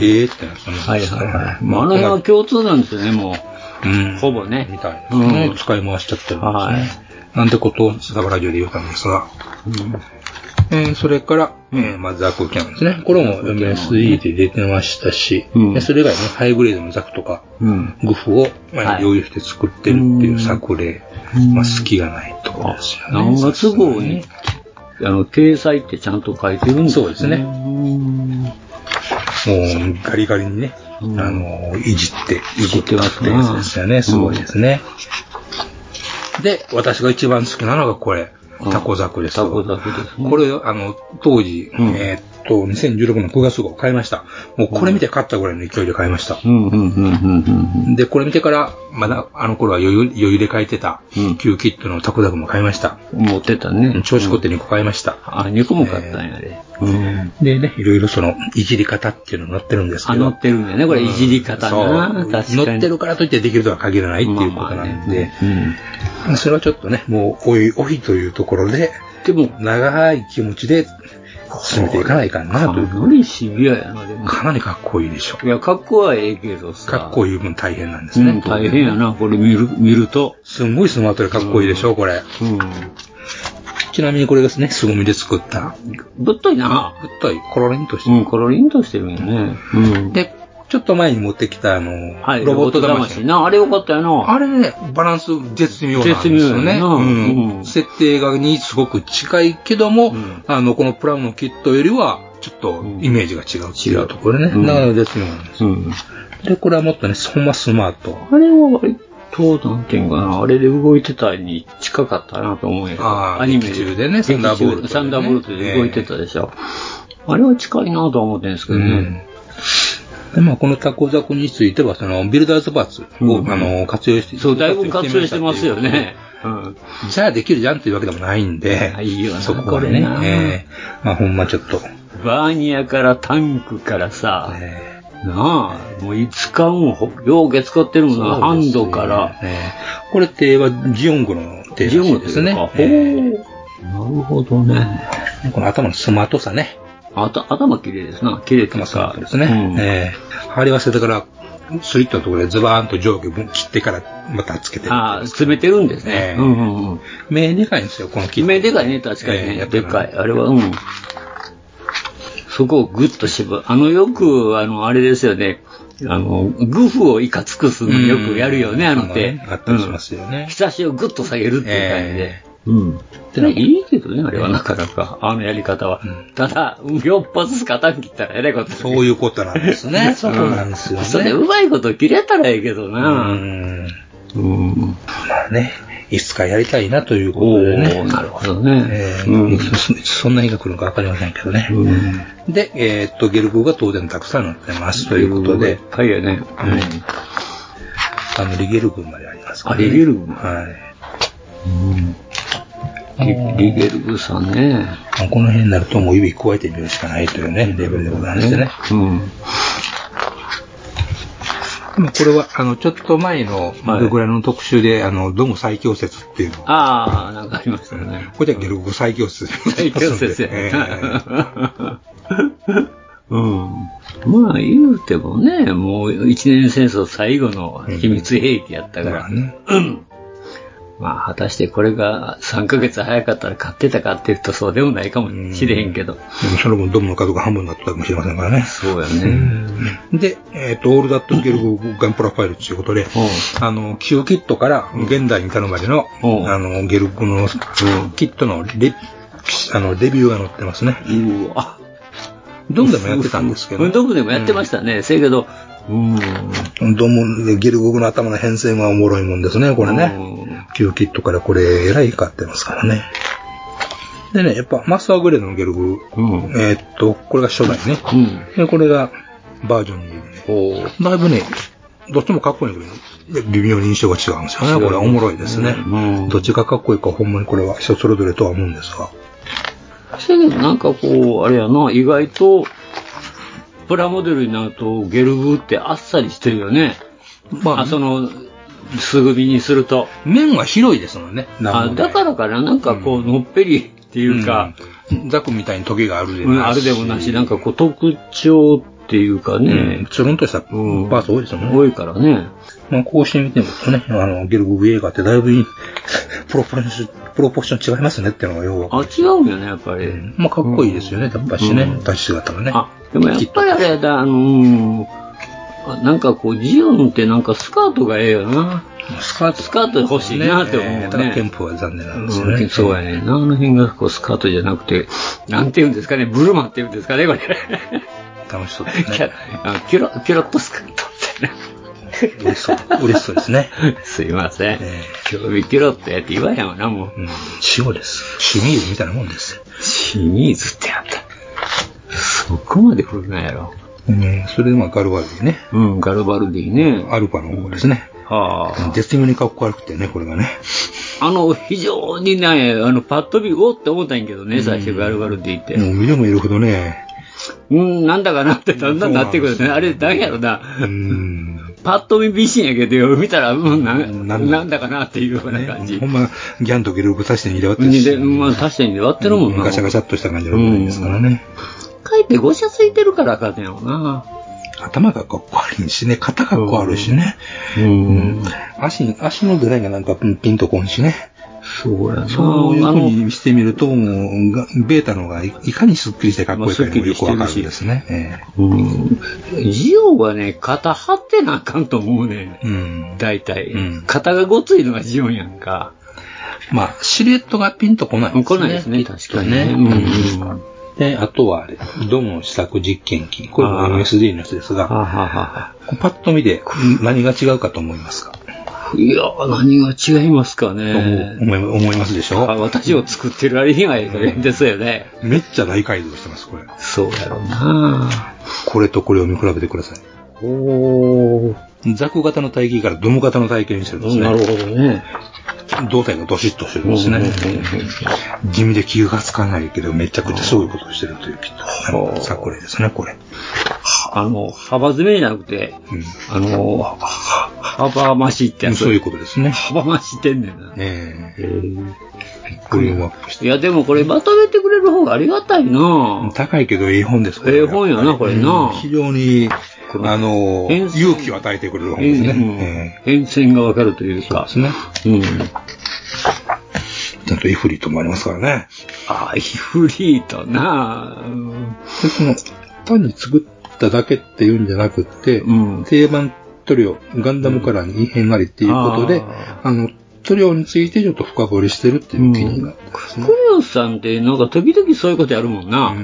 [SPEAKER 8] ええってなってますね。はいはいはい。
[SPEAKER 7] まあ、あの辺は共通なんですよね、も
[SPEAKER 8] う。うん。
[SPEAKER 7] ほぼね。
[SPEAKER 8] みたいですね。使い回しちゃってるんですね。なんてことをサバラジオで言ったんですが。えーそれから、えーまあ、ザクキャンですね。これも MSE で出てましたし、でそれ以外ね、ハイグレードのザクとか、グフを、まあ、用意して作ってるっていう作例、まあ、隙がないところですよね。
[SPEAKER 7] 何月号に、あの、掲載ってちゃんと書いてるんですそうです
[SPEAKER 8] ね。もうガリガリにね、あの、いじって、いじってますね。ですよね、すごいですね。で、私が一番好きなのがこれ、タコザクです。タコザクです、これ、あの、当時、えーっと、2016年9月号買いました。もうこれ見て買ったぐらいの勢いで買いました。で、これ見てから、まだ、あの頃は余裕余裕で買えてた、旧キットのタコザクも買いました。持ってたね。調子こって2個買いました。あ、2個も買ったんやで。でね、いろいろその、いじり方っていうのが載ってるんですけど。載ってるんだよね、
[SPEAKER 7] これいじり方な確かに
[SPEAKER 8] 載ってるからといってできるとは限らないっていうことなんで、それはちょっとね、もう、おいおいというところで、でも、長い気持ちで進めていかないかなという。かなりシビアやな、でも。かなりかっこいいでしょ。いや、かっこはええけどさ。かっこいい分大変なんですね。
[SPEAKER 7] うん大変や
[SPEAKER 8] な、これ見る、見ると。すんごいスマートでかっこいいでしょ、これ。ちなみにこれですね、凄みで作った。ぶっといな。ぶっとい。コロリンとしてる。うん、コロリンとしてるよね。で、ちょっと前に持ってきた、あの、
[SPEAKER 7] はい、
[SPEAKER 8] ロ
[SPEAKER 7] ロ
[SPEAKER 8] ボ
[SPEAKER 7] ボ
[SPEAKER 8] ッ
[SPEAKER 7] ッ
[SPEAKER 8] ト
[SPEAKER 7] ト
[SPEAKER 8] 魂
[SPEAKER 7] 魂。な、あれよかったよな。
[SPEAKER 8] あれね、バランス絶妙なんですよ
[SPEAKER 7] 絶妙や
[SPEAKER 8] ね。
[SPEAKER 7] な
[SPEAKER 8] うん設定がにすごく近いけども、あの、このプラムのキットよりは、ちょっとイメージが違うっていうところね。
[SPEAKER 7] うん
[SPEAKER 8] なかなか絶妙なんです、で、これはもっとね、ほんまスマート。
[SPEAKER 7] あれは割と、なんていうんかな、あれで動いてたに近かったなと思うよ。
[SPEAKER 8] あー
[SPEAKER 7] アニメ
[SPEAKER 8] 劇中でねサンダーボルトでね
[SPEAKER 7] 劇中サンダーボルトで動いてたでしょ。あれは近いなとは思ってるんですけどね。
[SPEAKER 8] で、まあ、このタコザクについては、その、ビルダーズパーツを、あの、活用して、
[SPEAKER 7] そう、だいぶ活用してますよね。うん。
[SPEAKER 8] じゃあできるじゃんっていうわけでもないんで、そこはね、
[SPEAKER 7] これな
[SPEAKER 8] ええまあ、ほんまちょっと。
[SPEAKER 7] バーニアからタンクからさ、なあ、もういつかもほ、ようけ使ってるもんな、ハンドから。
[SPEAKER 8] これってはジオングのテーマらしいですね。
[SPEAKER 7] ジオングというかほうなるほどね。
[SPEAKER 8] この頭のスマートさね。
[SPEAKER 7] あた頭綺麗ですな、綺麗ってますか。
[SPEAKER 8] ですね。ええ貼り忘れてから、スリットのところでズバーンと上下分切ってからまたつけてる。
[SPEAKER 7] ああ、詰めてるんですね。うんうんうん。
[SPEAKER 8] 目でかいんですよ、この木。
[SPEAKER 7] 目でかいね、確かにね。でかい。あれは、うん。そこをグッと絞る。あの、よく、あの、あれですよね。あの、グフをいかつくすのよくやるよね、あの手。
[SPEAKER 8] あったりしますよね。
[SPEAKER 7] ひさしをグッと下げるっていう感じで。
[SPEAKER 8] うん。
[SPEAKER 7] でいいけどね、あれはなかなか、あのやり方は。ただ、4発しか当たん切ったらえらいこと。そう
[SPEAKER 8] いうことなんですね そうなんですよね
[SPEAKER 7] それでうまいこと切れたらええけどな。
[SPEAKER 8] うん。まあね、いつかやりたいなということでね。なるほどね。そんな日が来るのかわかりませんけどね。で、えーっと、ゲルグが当然たくさん載ってますということで。はいやね。あの、リゲルグまでありますからね。
[SPEAKER 7] あリゲルグ
[SPEAKER 8] はい。
[SPEAKER 7] リリゲルグさんね。
[SPEAKER 8] この辺になるともう指加えてみるしかないというね、レベルでございましてね。でもこれは、あの、ちょっと前の、僕らの特集で、あの、ドム最強説っていうのを
[SPEAKER 7] ああ、なんかありましたね。
[SPEAKER 8] これじゃゲルゴ最強説。
[SPEAKER 7] 最強説や
[SPEAKER 8] ええ
[SPEAKER 7] うん。まあ、言うてもね、もう一年戦争最後の秘密兵器やったから。うんまあ、果たしてこれが3ヶ月早かったら買ってたかっていうとそうでもないかもしれへんけど。
[SPEAKER 8] でもその分ドムの数が半分になったかもしれませんからね。
[SPEAKER 7] そうやね。
[SPEAKER 8] で、えっ、と、オールダットゲルゴガンプロファイルということで、あの、旧キットから現代に至るまでの、あの、ゲルゴのキットのレ、あの、レビューが載ってますね。
[SPEAKER 7] うわ。
[SPEAKER 8] ドムでもやってたんですけど。
[SPEAKER 7] ドムでもやってましたね。せやけど、
[SPEAKER 8] うん。ドム、ゲルゴの頭の変遷はおもろいもんですね、これね。旧キットからこれ、えらい買ってますからね。でね、やっぱマスターグレードのゲルグ、えーっと、これが初代ね。で、これがバージョン2、ね。だいぶね、どっちもかっこいいんだけど、微妙に印象が違うんですよ
[SPEAKER 7] 違
[SPEAKER 8] ね。
[SPEAKER 7] うね
[SPEAKER 8] これはおもろいですね。どっちがかっこいいか、ほんまにこれは人それぞれとは思うんですが。
[SPEAKER 7] せやけどなんかこう、あれやな、意外と、プラモデルになるとゲルブってあっさりしてるよね。
[SPEAKER 8] ま
[SPEAKER 7] あ、その、素組みにすると。
[SPEAKER 8] 面が広いですもんね。
[SPEAKER 7] あだからかな、なんかこう、のっぺりっていうか、
[SPEAKER 8] ザクみたいにトゲがあるで
[SPEAKER 7] うんあるでもなし、なんかこう、特徴っていうかね、
[SPEAKER 8] つるんとしたパーツ多いですよね。
[SPEAKER 7] 多いからね。
[SPEAKER 8] まあ、こうして見てみるとね、あの、ゲルググ映画ってだいぶい いプロポーション、プロポーション違いますねっていうのがようわか
[SPEAKER 7] あ、違うんよね、やっぱり。
[SPEAKER 8] る。まあ、かっこいいですよね、やっぱしね、立ち姿がね。あ、
[SPEAKER 7] でもやっぱりあれだ、あのーあなんかこう、ジオンってなんかスカートがええよな。
[SPEAKER 8] スカート。
[SPEAKER 7] スカート欲しいなって思うね。
[SPEAKER 8] ただ、テンポは残念なんですよ
[SPEAKER 7] うん
[SPEAKER 8] ね。
[SPEAKER 7] そうやね。あの辺がこうスカートじゃなくて、なんて言うんですかね、ブルマって言うん ですかね、これ。
[SPEAKER 8] 楽しそう
[SPEAKER 7] ですね。キャラ、あキュラキュラッとスカートみたいな。
[SPEAKER 8] 嬉しそう。嬉しそうですね。
[SPEAKER 7] すいません。今日見切ろってって言わへんわな、もう。
[SPEAKER 8] 塩です。清水みたいなもんです。
[SPEAKER 7] 清水ってあった。そこまで古くないやろ。
[SPEAKER 8] うん、それでまあガルバルディね。
[SPEAKER 7] うん、ガルバルディね。
[SPEAKER 8] アルパの方ですね。
[SPEAKER 7] はあ。
[SPEAKER 8] 絶妙にかっこ悪くてね、これがね。
[SPEAKER 7] あの、非常にね、あの、パッと見、おって思ったんやけどね、最初、ガルバルディって。
[SPEAKER 8] もう見れもいるほどね、
[SPEAKER 7] うん、なんだかなって、だんだんなってくるね。あれ、何やろな。パッと見美人やけど、見たら、うん、なんなんだかなっていうような感じ。
[SPEAKER 8] ほんま、ギャンとゲループさして入れわってるし、
[SPEAKER 7] で、まあ、確かに割ってるもんな。
[SPEAKER 8] ガシャガシャっとした感じの舞台ですからね。
[SPEAKER 7] かえってごしゃついてるからあかんねやろな。
[SPEAKER 8] 頭がかっこ悪いしね、肩がかっこ悪いしね。うん足、足のデザインがなんかピンとこんしね。
[SPEAKER 7] そうやな
[SPEAKER 8] そういうふうにしてみると、もうが、ベータの方がいいかにすっきりしてかっこいいかにもよくわかるんですね。え
[SPEAKER 7] ジオはね、肩張ってなあかんと思うね。
[SPEAKER 8] えうん。
[SPEAKER 7] 大体。肩がごついのがジオンやんか。
[SPEAKER 8] まあ、シルエットがピンとこないですね。
[SPEAKER 7] 来ないですね、確かに
[SPEAKER 8] ね
[SPEAKER 7] ね。うん
[SPEAKER 8] で、あとはあれ、ドムの試作実験機。これも MSD のやつですが、パッと見 て何が違うかと思いますか
[SPEAKER 7] いやー、何が違いますかね。
[SPEAKER 8] 思い思いますでし
[SPEAKER 7] あ
[SPEAKER 8] ょ
[SPEAKER 7] 私を作ってるあれ以外ですよね。
[SPEAKER 8] めっちゃ大改造してます、これ。
[SPEAKER 7] そうやろうな
[SPEAKER 8] これとこれを見比べてください。
[SPEAKER 7] お
[SPEAKER 8] ザク型の体型からドム型の体型にしてるんですね。
[SPEAKER 7] なるほどね。
[SPEAKER 8] 胴体がドシッとしてるんですね。地味で気がつかないけど、めちゃくちゃそういうことをしてるという、きっと。さ、これですね、これ。
[SPEAKER 7] あの、幅詰めじゃなくて、あの、は幅増しってやつ。
[SPEAKER 8] そういうことですね。
[SPEAKER 7] 幅増しってんねんな。
[SPEAKER 8] え
[SPEAKER 7] えー
[SPEAKER 8] えこれは、
[SPEAKER 7] いや、でもこれまとめてくれる方がありがたいな
[SPEAKER 8] 高いけど、ええ本です、これ
[SPEAKER 7] ええ本やな、これ
[SPEAKER 8] うん
[SPEAKER 7] な
[SPEAKER 8] 非常に、あの、勇気を与えてくれる本ですね。え
[SPEAKER 7] 変遷がわかるというか。
[SPEAKER 8] そうですね。
[SPEAKER 7] うん。
[SPEAKER 8] えちゃんとイフリットもありますからね。
[SPEAKER 7] あ、イフリートなあうん
[SPEAKER 8] でその単に作っただけっていうんじゃなくって、定番塗料、ガンダムカラーに異変ありっていうことで、
[SPEAKER 7] うん
[SPEAKER 8] あの、塗料についてちょっと深掘りしてるっていう気になってますね。
[SPEAKER 7] クヨさんってなんか時々そういうことやるもんな。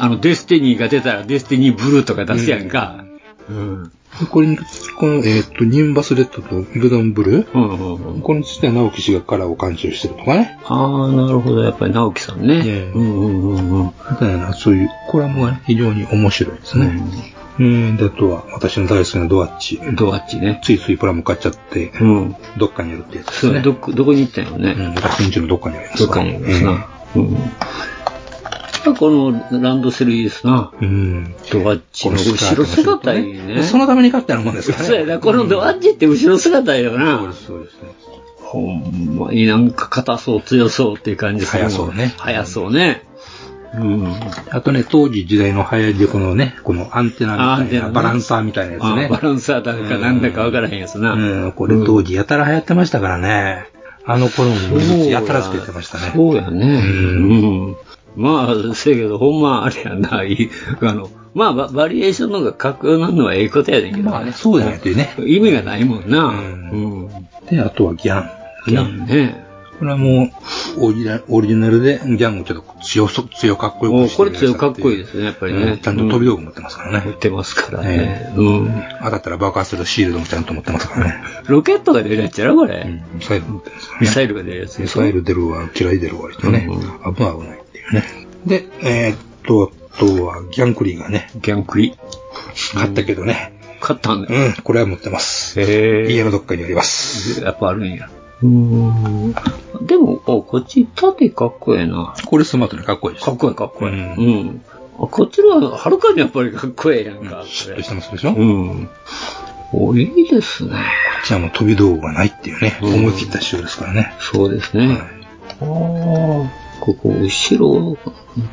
[SPEAKER 7] あの、デスティニーが出たらデスティニーブルーとか出すやんか。うん。
[SPEAKER 8] これに、この、えっ、と、ニンバスレッドとグドンブルー、これについては直樹氏がカラーを監修してるとかね。
[SPEAKER 7] ああ、なるほど。やっぱり直樹さんね。うんうんうんうん。
[SPEAKER 8] みたいな、そういうコラムがね、非常に面白いですね。うん、で、あとは、私の大好きなドアッチ。
[SPEAKER 7] ドアッチね。
[SPEAKER 8] ついついプラモ買っちゃって、
[SPEAKER 7] うん。
[SPEAKER 8] どっかにやるってやつで
[SPEAKER 7] そ
[SPEAKER 8] す
[SPEAKER 7] れ
[SPEAKER 8] ね。
[SPEAKER 7] どこ、どこに行ったんやろね。
[SPEAKER 8] うん、私んちのどっかにあります
[SPEAKER 7] ど
[SPEAKER 8] ね。
[SPEAKER 7] っかにありますな。うん。やっぱこのランドセルいいですな。
[SPEAKER 8] うん。
[SPEAKER 7] ドアッチの後ろ姿いいね。
[SPEAKER 8] そのために買ったようなもんですからね。
[SPEAKER 7] そうやな、このドアッチって後ろ姿やよな。そうです、そうです。ほんまになんか硬そう、強そうっていう感じするもん
[SPEAKER 8] 速そうね
[SPEAKER 7] 速そうね。うん。
[SPEAKER 8] あとね、当時時代の流行りで、このね、このアンテナみたいな、
[SPEAKER 7] あアンテナね
[SPEAKER 8] バランサーみたいなやつ
[SPEAKER 7] あ
[SPEAKER 8] ね
[SPEAKER 7] バ。ランサーだかなんだかわからへんやつな。
[SPEAKER 8] うん、これ当時やたら流行ってましたからね。あの頃もやたらつけてましたね。
[SPEAKER 7] そうやね。うん。まあ、せやけど、ほんまあれやな、いいあの、まあ、ババリエーションの方が格好なのはええことやねんけど。まあね、
[SPEAKER 8] そうやねっていうね。
[SPEAKER 7] 意味がないもんな。うん。
[SPEAKER 8] で、あとはギャン。
[SPEAKER 7] ギャンね。
[SPEAKER 8] これはもう、オリジナルオリジナルで、ギャンをちょっと強そ、強かっこよ
[SPEAKER 7] お
[SPEAKER 8] くして
[SPEAKER 7] こ
[SPEAKER 8] み
[SPEAKER 7] れ
[SPEAKER 8] ました
[SPEAKER 7] 強いかっこいいですね、やっぱり
[SPEAKER 8] う
[SPEAKER 7] ね
[SPEAKER 8] ん。ちゃんと飛び道具持ってますからね。持
[SPEAKER 7] ってますから
[SPEAKER 8] ね。
[SPEAKER 7] うん。
[SPEAKER 8] 当たったら爆発するシールドもちゃんと持ってますからね。
[SPEAKER 7] ロケットが出るやつやろ、これ。
[SPEAKER 8] ミサイル持ってますからね。
[SPEAKER 7] ミサイルが出るやつで
[SPEAKER 8] ミ
[SPEAKER 7] しょ
[SPEAKER 8] サイル出るわ、嫌い出るわ、とね。危ない危ないっていうね。で、えーっと、あとは、ギャンクリーがね。
[SPEAKER 7] ギャンクリ
[SPEAKER 8] 買ったけどね。
[SPEAKER 7] 買ったんだ
[SPEAKER 8] うん、これは持ってます。家のどっかにあります。
[SPEAKER 7] やっぱあるんや。うん。でも、あこっち縦かっこええな。
[SPEAKER 8] これスマートにかっこいいです。
[SPEAKER 7] かっこええ、かっこええ。うん。あこっちのははるかにやっぱりかっこええやんか。シュッと
[SPEAKER 8] してますでしょ
[SPEAKER 7] うん。お、いいですね。
[SPEAKER 8] じゃあもう飛び道具がないっていうね、思い切った仕様ですからね。
[SPEAKER 7] そうですね。あーここ、後ろの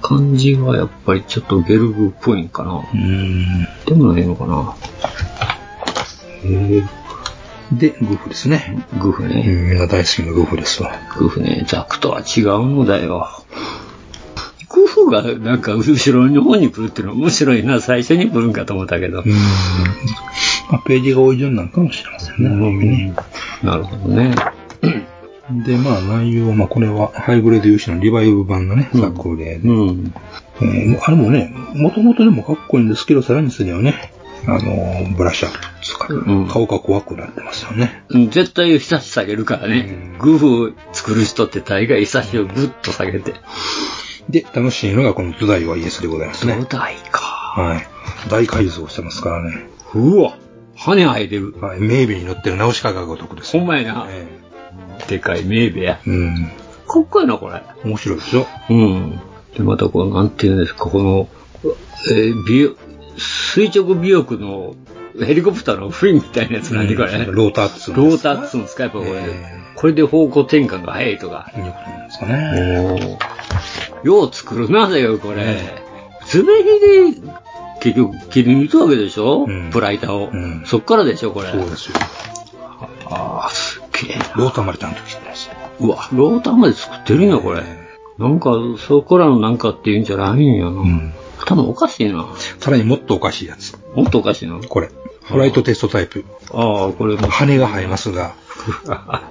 [SPEAKER 7] 感じはやっぱりちょっとゲルグっぽいんかな。
[SPEAKER 8] うん。
[SPEAKER 7] でもないのかな。
[SPEAKER 8] で、グフですね。
[SPEAKER 7] グフね。
[SPEAKER 8] みんな大好きなグフですわ。
[SPEAKER 7] グフね、ザクとは違うのだよ。グフがなんか後ろの方に来るっていうのは面白いな、最初に来るんかと思ったけど。
[SPEAKER 8] まあ、ページが多い順なのかもしれませんね。
[SPEAKER 7] なるほどね。
[SPEAKER 8] で、まあ内容は、まあこれはハイグレード有志のリバイブ版のね、作例で。
[SPEAKER 7] うん。
[SPEAKER 8] えーあれもね、もともとでもかっこいいんですけど、さらにすればね、あの、ブラッシュアップですか、顔が怖くなってますよね。
[SPEAKER 7] うん絶対ひさし下げるからね。グーフ作る人って大概ひさしをグッと下げて。
[SPEAKER 8] で、楽しいのがこの土台はイエスでございますね。土
[SPEAKER 7] 台か。
[SPEAKER 8] はい。大改造してますからね。
[SPEAKER 7] うわ羽生えてる。
[SPEAKER 8] はい。名備に乗ってる直しかがごとくです。
[SPEAKER 7] ほんまやな。でかい名部や。
[SPEAKER 8] うん。
[SPEAKER 7] かっこいいな、これ。
[SPEAKER 8] 面白いでしょ。
[SPEAKER 7] うん。で、またこの、なんていうんですか、この、えー、美容垂直尾翼のヘリコプターのフィンみたいなやつなんで、これ、ね
[SPEAKER 8] ローターっつう
[SPEAKER 7] ローターっつうんですか、やっぱこれ、これで方向転換が早いとか。
[SPEAKER 8] ですかね。
[SPEAKER 7] よう作るな、だよ、これ。爪切りで、結局切り抜くわけでしょ、プライターを、そっからでしょ、これ。そう
[SPEAKER 8] ですよ。
[SPEAKER 7] ああ、すっげえな。
[SPEAKER 8] ローターまでちゃんと切ってます。
[SPEAKER 7] うわ、ローターまで作ってるんや、これ。なんか、そこらのなんかっていうんじゃないんやな。多分おかしいな。
[SPEAKER 8] さらにもっとおかしいやつ。
[SPEAKER 7] もっとおかしいな。
[SPEAKER 8] これ。フライトテストタイプ。
[SPEAKER 7] ああ、こ れも。
[SPEAKER 8] 羽が生えますが、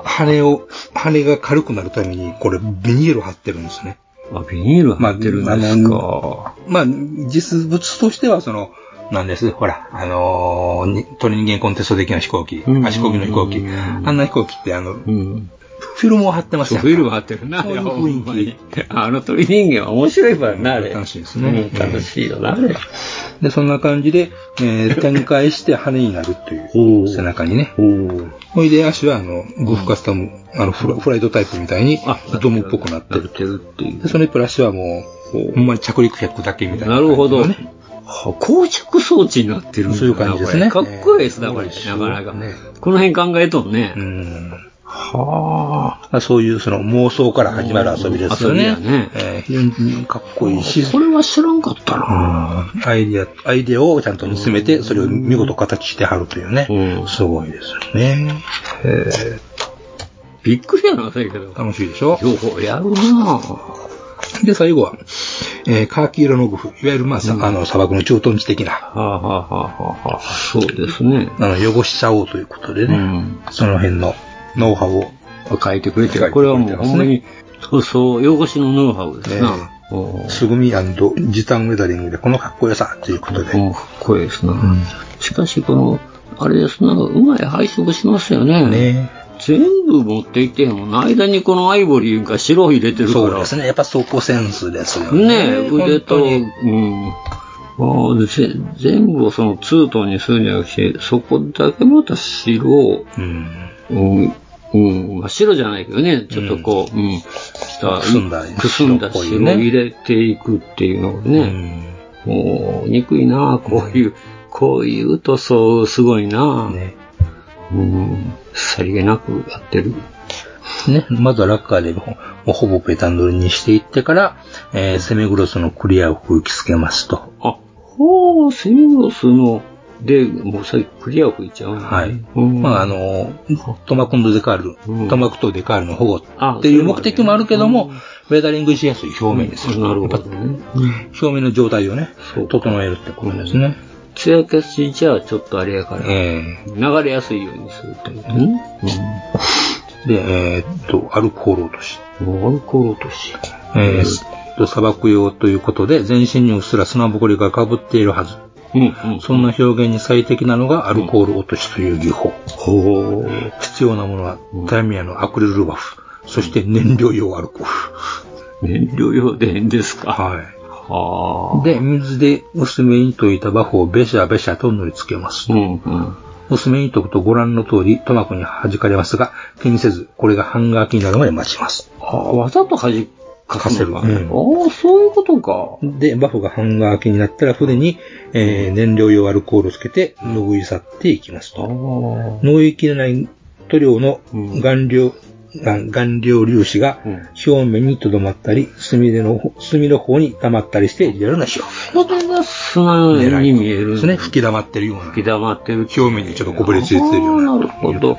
[SPEAKER 8] 羽を、羽が軽くなるために、これ、ビニール貼ってるんですね。
[SPEAKER 7] あ、ビニール貼ってるんですか。
[SPEAKER 8] まあ、実物としては、その、なんです。ほら、あのーに鳥人間コンテスト的な飛行機、あ飛行機の飛行機、あんな飛行機って、あの、フィルムを貼ってました
[SPEAKER 7] フィルム貼ってるな、そういう雰囲気。あの鳥人間は面白いからな、あれ。楽
[SPEAKER 8] しいですね
[SPEAKER 7] 楽しいよな、あれ。
[SPEAKER 8] で、そんな感じで、えー展開して羽になるという、背中にね。ほいで、足は、あの、グーフカスタム、あのフラ、フライトタイプみたいに、ドームっぽくなってる。で、それプラスはもう、ほんまに着陸客だけみたいな。
[SPEAKER 7] なるほど。は膠着装置になってるんだな
[SPEAKER 8] そういう感じですね
[SPEAKER 7] これかっこいいですな、これ。なかなか。この辺考えとんね。
[SPEAKER 8] はあ。そういうその妄想から始まる遊びですよね。
[SPEAKER 7] 遊びやね
[SPEAKER 8] えー非常にかっこいいし。
[SPEAKER 7] これは知らんかった
[SPEAKER 8] なアイディア、アイディアをちゃんと見つめて、それを見事形してはるというね。すごいですよね。
[SPEAKER 7] びっくりやな、それけど。
[SPEAKER 8] 楽しいでしょ
[SPEAKER 7] 両方やるな
[SPEAKER 8] で、最後は、えーカーキ色のグフ。いわゆる、まあ、さあの、砂漠の駐屯地的な。
[SPEAKER 7] はあはあはあはあ。そうですね。
[SPEAKER 8] あの、汚しちゃおうということでね。その辺のノウハウを。
[SPEAKER 7] 書いてくれてるこれはもうほんまに、そうそう、汚しのノウハウですな。
[SPEAKER 8] すぐみ時短ウェザリングでこのかっこよさということで。
[SPEAKER 7] かっこいいですな。しかし、この、あれですな、うまい配色しますよね。全部持っていってへんもん。間にこのアイボリーが白入れてるから。
[SPEAKER 8] そうですね。やっぱ走行センスですよね。
[SPEAKER 7] ねえ、腕と、
[SPEAKER 8] 本当
[SPEAKER 7] う
[SPEAKER 8] に
[SPEAKER 7] ん。まあ、ぜ全部をそのツートンにするんじゃなくて、そこだけまた白を、
[SPEAKER 8] うん。
[SPEAKER 7] うん、うん、まあ白じゃないけどね、ちょっとこう、うん、した
[SPEAKER 8] くすんだ
[SPEAKER 7] くすん
[SPEAKER 8] 白
[SPEAKER 7] だ
[SPEAKER 8] っぽい
[SPEAKER 7] 白を
[SPEAKER 8] ね
[SPEAKER 7] 入れていくっていうのがね、もう、憎いな、こういう、こういう塗装すごいな、うん、さりげなくやってる。
[SPEAKER 8] ね、まずはラッカーでもうほぼペタンドリにしていってから、えー、セミグロスのクリアを吹きつけますと。
[SPEAKER 7] あ、ほう、セミロスの、で、もうさっきクリアを吹いちゃうのね
[SPEAKER 8] はい。
[SPEAKER 7] うん
[SPEAKER 8] まあ、あの、トマコンドデカール、トマクトデカールの保護
[SPEAKER 7] あ
[SPEAKER 8] っていう目的もあるけども、ウェザリングしやすい表面ですよ。
[SPEAKER 7] なるほどね。
[SPEAKER 8] 表面の状態をね、整えるってことですね。
[SPEAKER 7] つや消しじゃちょっとあれやから、流れやすいようにするというね。
[SPEAKER 8] で、えーっと、アルコール落とし。
[SPEAKER 7] アルコール落とし。
[SPEAKER 8] えーっと、砂漠用ということで、全身にうっすら砂ぼこりがかぶっているはず。そんな表現に最適なのがアルコール落としという技法。必要なものはダイミアのアクリルバフ、そして燃料用アルコール。
[SPEAKER 7] 燃料用電ですか。
[SPEAKER 8] はい。
[SPEAKER 7] は
[SPEAKER 8] で、水で薄めに溶いたバフをべしゃべしゃと塗りつけます。薄めに溶くとご覧の通り、トマコに弾かれますが、気にせず、これが半乾きになるまで待ちます。
[SPEAKER 7] あわざと弾か
[SPEAKER 8] せる。
[SPEAKER 7] ああ、そういうことか。
[SPEAKER 8] で、バフが半乾きになったら筆に、えー燃料用アルコールをつけて、拭い去っていきますと。拭いきれない塗料の顔料、あ顔料粒子が表面にとどまったり、墨での方、墨の方に溜まったりして、リアルな表現。
[SPEAKER 7] これが砂のように見えるんです
[SPEAKER 8] ね。吹き溜まってるような。
[SPEAKER 7] 吹き溜まってる。
[SPEAKER 8] 表面にちょっとこぼれついてるような。
[SPEAKER 7] なるほど。へ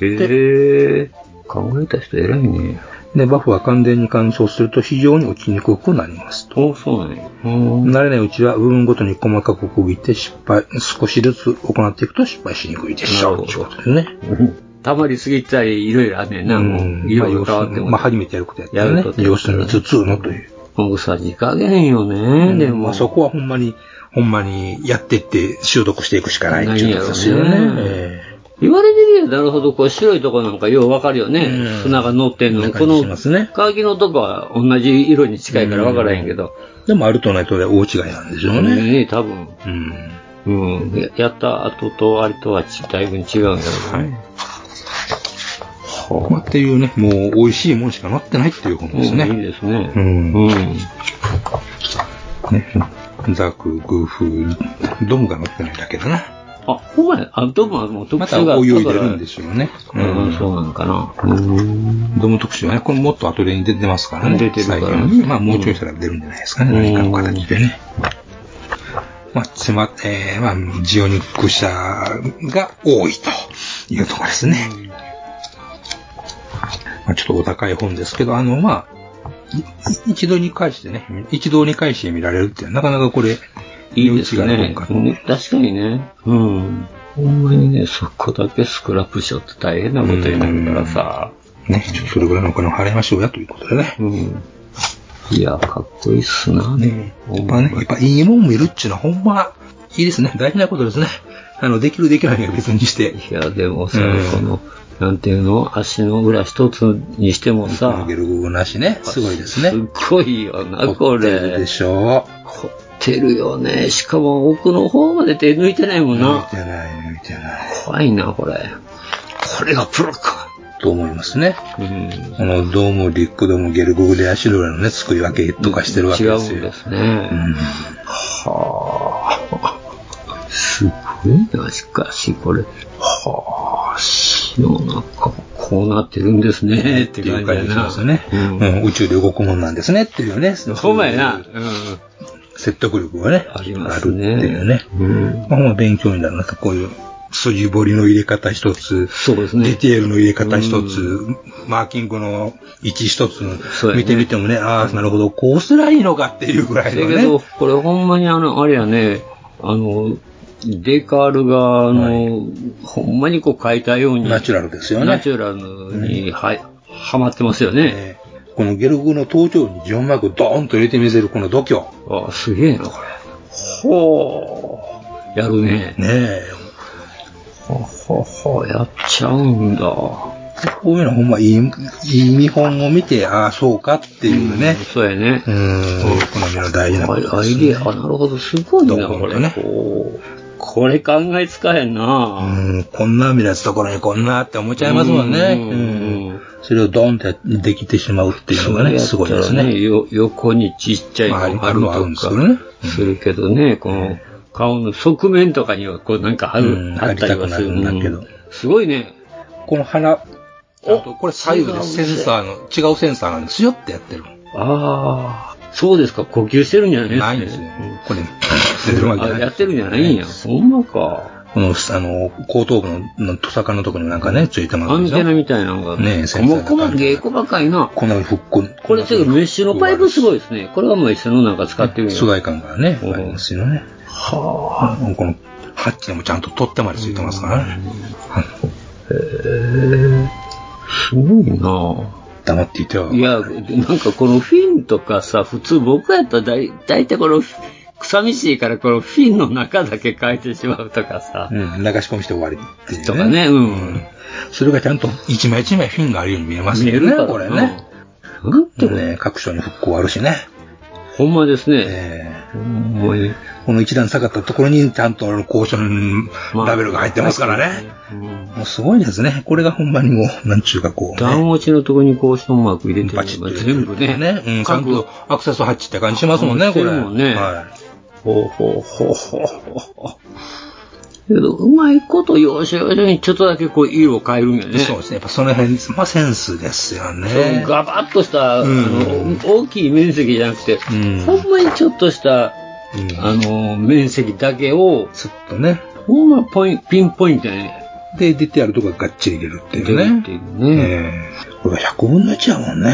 [SPEAKER 7] え。考えた人偉いね。
[SPEAKER 8] で、バフは完全に乾燥すると非常に落ちにくくなりますと。
[SPEAKER 7] そうね。
[SPEAKER 8] 慣れないうちは部分ごとに細かく区切って失敗、少しずつ行っていくと失敗しにくいでしょう。ということですね。
[SPEAKER 7] たまりすぎたり、いろいろあんねんな。もう、い
[SPEAKER 8] まあ
[SPEAKER 7] ろいろ変わっても。
[SPEAKER 8] まあ初めてやることやって
[SPEAKER 7] や
[SPEAKER 8] ね
[SPEAKER 7] るこ。と
[SPEAKER 8] 要するに5つのという。
[SPEAKER 7] もうさじ加減よね、で
[SPEAKER 8] ま
[SPEAKER 7] も。
[SPEAKER 8] あそこはほんまに、ほんまにやってって習得していくしかないっていうことですよね。
[SPEAKER 7] ないやろね
[SPEAKER 8] ええ
[SPEAKER 7] 言われてみればなるほど、こう白いとこなんかようわかるよね。砂が乗ってんの。この、乾きのとこは同じ色に近いからわからへんけど。
[SPEAKER 8] でもあるとないとでは大違いなんですよね。
[SPEAKER 7] ねえ多分。
[SPEAKER 8] うん。
[SPEAKER 7] うん。ややった後とあれとはちだいぶ違うんだろうね。
[SPEAKER 8] まあっていうね、もう美味しいもんしかなってないっていうことですね。
[SPEAKER 7] うんいいですね。
[SPEAKER 8] うん。
[SPEAKER 7] うん。
[SPEAKER 8] ね。ザク、グーフ、ドムが乗ってないだけだな。
[SPEAKER 7] あ、ほんまや。あ、ドムはもう特
[SPEAKER 8] ま
[SPEAKER 7] 殊
[SPEAKER 8] た
[SPEAKER 7] が。
[SPEAKER 8] お湯を入れるんですよね。
[SPEAKER 7] うんそうなのかな。
[SPEAKER 8] ドム特集はね、これもっと後でに出てますからね。
[SPEAKER 7] 出てるから
[SPEAKER 8] 最近はねまあもうちょいしたら出るんじゃないですかね。何かの形でね。まあ、つま、えー、まあ、ジオニック車が多いというところですね。まあ、ちょっとお高い本ですけど、あの、まあ、い一度に返してね、一度に返して見られるっていうのはなかなかこれ、
[SPEAKER 7] いいで
[SPEAKER 8] 値打ち
[SPEAKER 7] す
[SPEAKER 8] がある本
[SPEAKER 7] ね。
[SPEAKER 8] か
[SPEAKER 7] ね確かにね。うん。ほんまにね、そこだけスクラップしようって大変なことになるからさ。
[SPEAKER 8] ね、ちょっとそれぐらいのお金を払いましょうやということでね。
[SPEAKER 7] いや、かっこいいっすな。
[SPEAKER 8] ね、やっぱね、やっぱいいもん見るっちゅうのはほんま、いいですね。大事なことですね。 あの、できるできないは別にして。
[SPEAKER 7] いや、でもさ、
[SPEAKER 8] うん
[SPEAKER 7] この、なんていうの、足の裏一つにしてもさ。
[SPEAKER 8] ゲルゴなしね。すごいですね。
[SPEAKER 7] すごいよな、これ。凝ってるで
[SPEAKER 8] しょ。
[SPEAKER 7] 凝ってるよね。しかも奥の方まで手抜いてないもんな。抜い
[SPEAKER 8] てない、抜いてない。
[SPEAKER 7] 怖いな、これ。これがプロか。
[SPEAKER 8] と思いますね。
[SPEAKER 7] うん。
[SPEAKER 8] あの、ドーム、リックドーム、ゲルゴグで足の裏のね、作り分けとかしてるわけですよ。
[SPEAKER 7] 違うんですね。はあ。すごいな、しかし、これ。はあ、死の中、こうなってるんですね、って
[SPEAKER 8] ってい
[SPEAKER 7] いうう
[SPEAKER 8] 感
[SPEAKER 7] 感
[SPEAKER 8] じで
[SPEAKER 7] じだ
[SPEAKER 8] す
[SPEAKER 7] な。
[SPEAKER 8] よね。うん宇宙で動くもんなんですねっていうね。
[SPEAKER 7] ほんまやな。
[SPEAKER 8] 説得力がね、あるっていうね。まあ、まあ勉強になるなと、こういう、筋彫りの入れ方一つ、ディテールの入れ方一つ、マーキングの位置一つ、見てみてもね、ああ、なるほど、こうすりゃいいのかっていうぐらいの
[SPEAKER 7] だけど、
[SPEAKER 8] ね。
[SPEAKER 7] これほんまにあの、あれやね、あの、デカールが、あの、ほんまにこう書いたように。ナ
[SPEAKER 8] チュラルですよね
[SPEAKER 7] ナチュラルに、はい、はまってますよね。
[SPEAKER 8] このゲルグの頭頂にジョンマークドーンと入れてみせるこの度胸。
[SPEAKER 7] ああ、すげえな、これ。ほー。やるね。
[SPEAKER 8] ねえ。
[SPEAKER 7] ほほほ、やっちゃうんだ。こ
[SPEAKER 8] ういうのほんまいい、いい見本を見て、ああ、そうかっていうね。
[SPEAKER 7] そうやね。
[SPEAKER 8] うん。好みの大事なこと
[SPEAKER 7] アイデア、なるほど、すごいな、これ。これ考えつかへんな
[SPEAKER 8] うん、こんな目立つところにこんなって思っちゃいますもんね。
[SPEAKER 7] うん
[SPEAKER 8] うん。それをドンってできてしまうっていうのがね、すごいです
[SPEAKER 7] それやったら
[SPEAKER 8] ね。
[SPEAKER 7] よ横にちっちゃいのがある
[SPEAKER 8] まああるのはあるんです
[SPEAKER 7] とか
[SPEAKER 8] けどね
[SPEAKER 7] するけどね、この顔の側面とかにはこうなんかあるあったりはするんだけど。すごいね。
[SPEAKER 8] この鼻、あとこれ左右でセンサーの、違うセンサーなんですよってやってる。
[SPEAKER 7] ああ、そうですか、呼吸してるんじゃないですか。
[SPEAKER 8] ないんですよ。これ、出てるわけじゃない
[SPEAKER 7] あやってるんじゃないんや。そんなか。
[SPEAKER 8] この、あの、後頭部ののトサカのところになんかね、ついてます
[SPEAKER 7] アンテナみたいなのが。
[SPEAKER 8] ねえ、
[SPEAKER 7] こ
[SPEAKER 8] センサ
[SPEAKER 7] ま
[SPEAKER 8] ー
[SPEAKER 7] こま稽古ばかりな。
[SPEAKER 8] こんなふうに復興。
[SPEAKER 7] これちょっとメッシュのパイプすごいですね。これはもう一緒のなんか使ってるんや
[SPEAKER 8] 疎外感がね、ありますよね。はあ。この、ハッチでもちゃんと取ってまでついてますからね。
[SPEAKER 7] すごいな
[SPEAKER 8] 黙っていては。
[SPEAKER 7] いや、なんかこのフィンとかさ、普通僕やったらだいだいたいこの、寂しいからこのフィンの中だけ書いてしまうとかさ。
[SPEAKER 8] うん、流し込みして終わりっていう、ね。
[SPEAKER 7] とかね、うん。
[SPEAKER 8] それがちゃんと一枚一枚フィンがあるように見えますよ
[SPEAKER 7] 見え
[SPEAKER 8] ね
[SPEAKER 7] るか、ら
[SPEAKER 8] これね。
[SPEAKER 7] なんて
[SPEAKER 8] ね、各所に復興あるしね。
[SPEAKER 7] ほんまですね。
[SPEAKER 8] この一段下がったところにちゃんと交渉のラベルが入ってますからね。もうすごいですね。これがほんまにもう、なんちゅうかこう、ね。
[SPEAKER 7] 段落ちのとこにこう、ションマーク入れてるのが全部ね。
[SPEAKER 8] ね。うん、ちゃんとアクセスハッチって感じしますもんね、
[SPEAKER 7] して
[SPEAKER 8] こ
[SPEAKER 7] る
[SPEAKER 8] れ。
[SPEAKER 7] もんね
[SPEAKER 8] はい。
[SPEAKER 7] ほうほうほうほうほう。けど、うまいこと要所要所にちょっとだけこう、色を変えるんやね。
[SPEAKER 8] そうですね。やっぱその辺、まあセンスですよ
[SPEAKER 7] その
[SPEAKER 8] ね。
[SPEAKER 7] ガバッとした、
[SPEAKER 8] うん
[SPEAKER 7] あの大きい面積じゃなくて、
[SPEAKER 8] ん
[SPEAKER 7] ほんまにちょっとした、あの面積だけを
[SPEAKER 8] ちょっとね
[SPEAKER 7] ほんまポインピンポイントやね
[SPEAKER 8] で、出てやるとこががっちり入れるってい
[SPEAKER 7] 出
[SPEAKER 8] う
[SPEAKER 7] る
[SPEAKER 8] ね
[SPEAKER 7] って。いうね、
[SPEAKER 8] これが100分の1やもんね。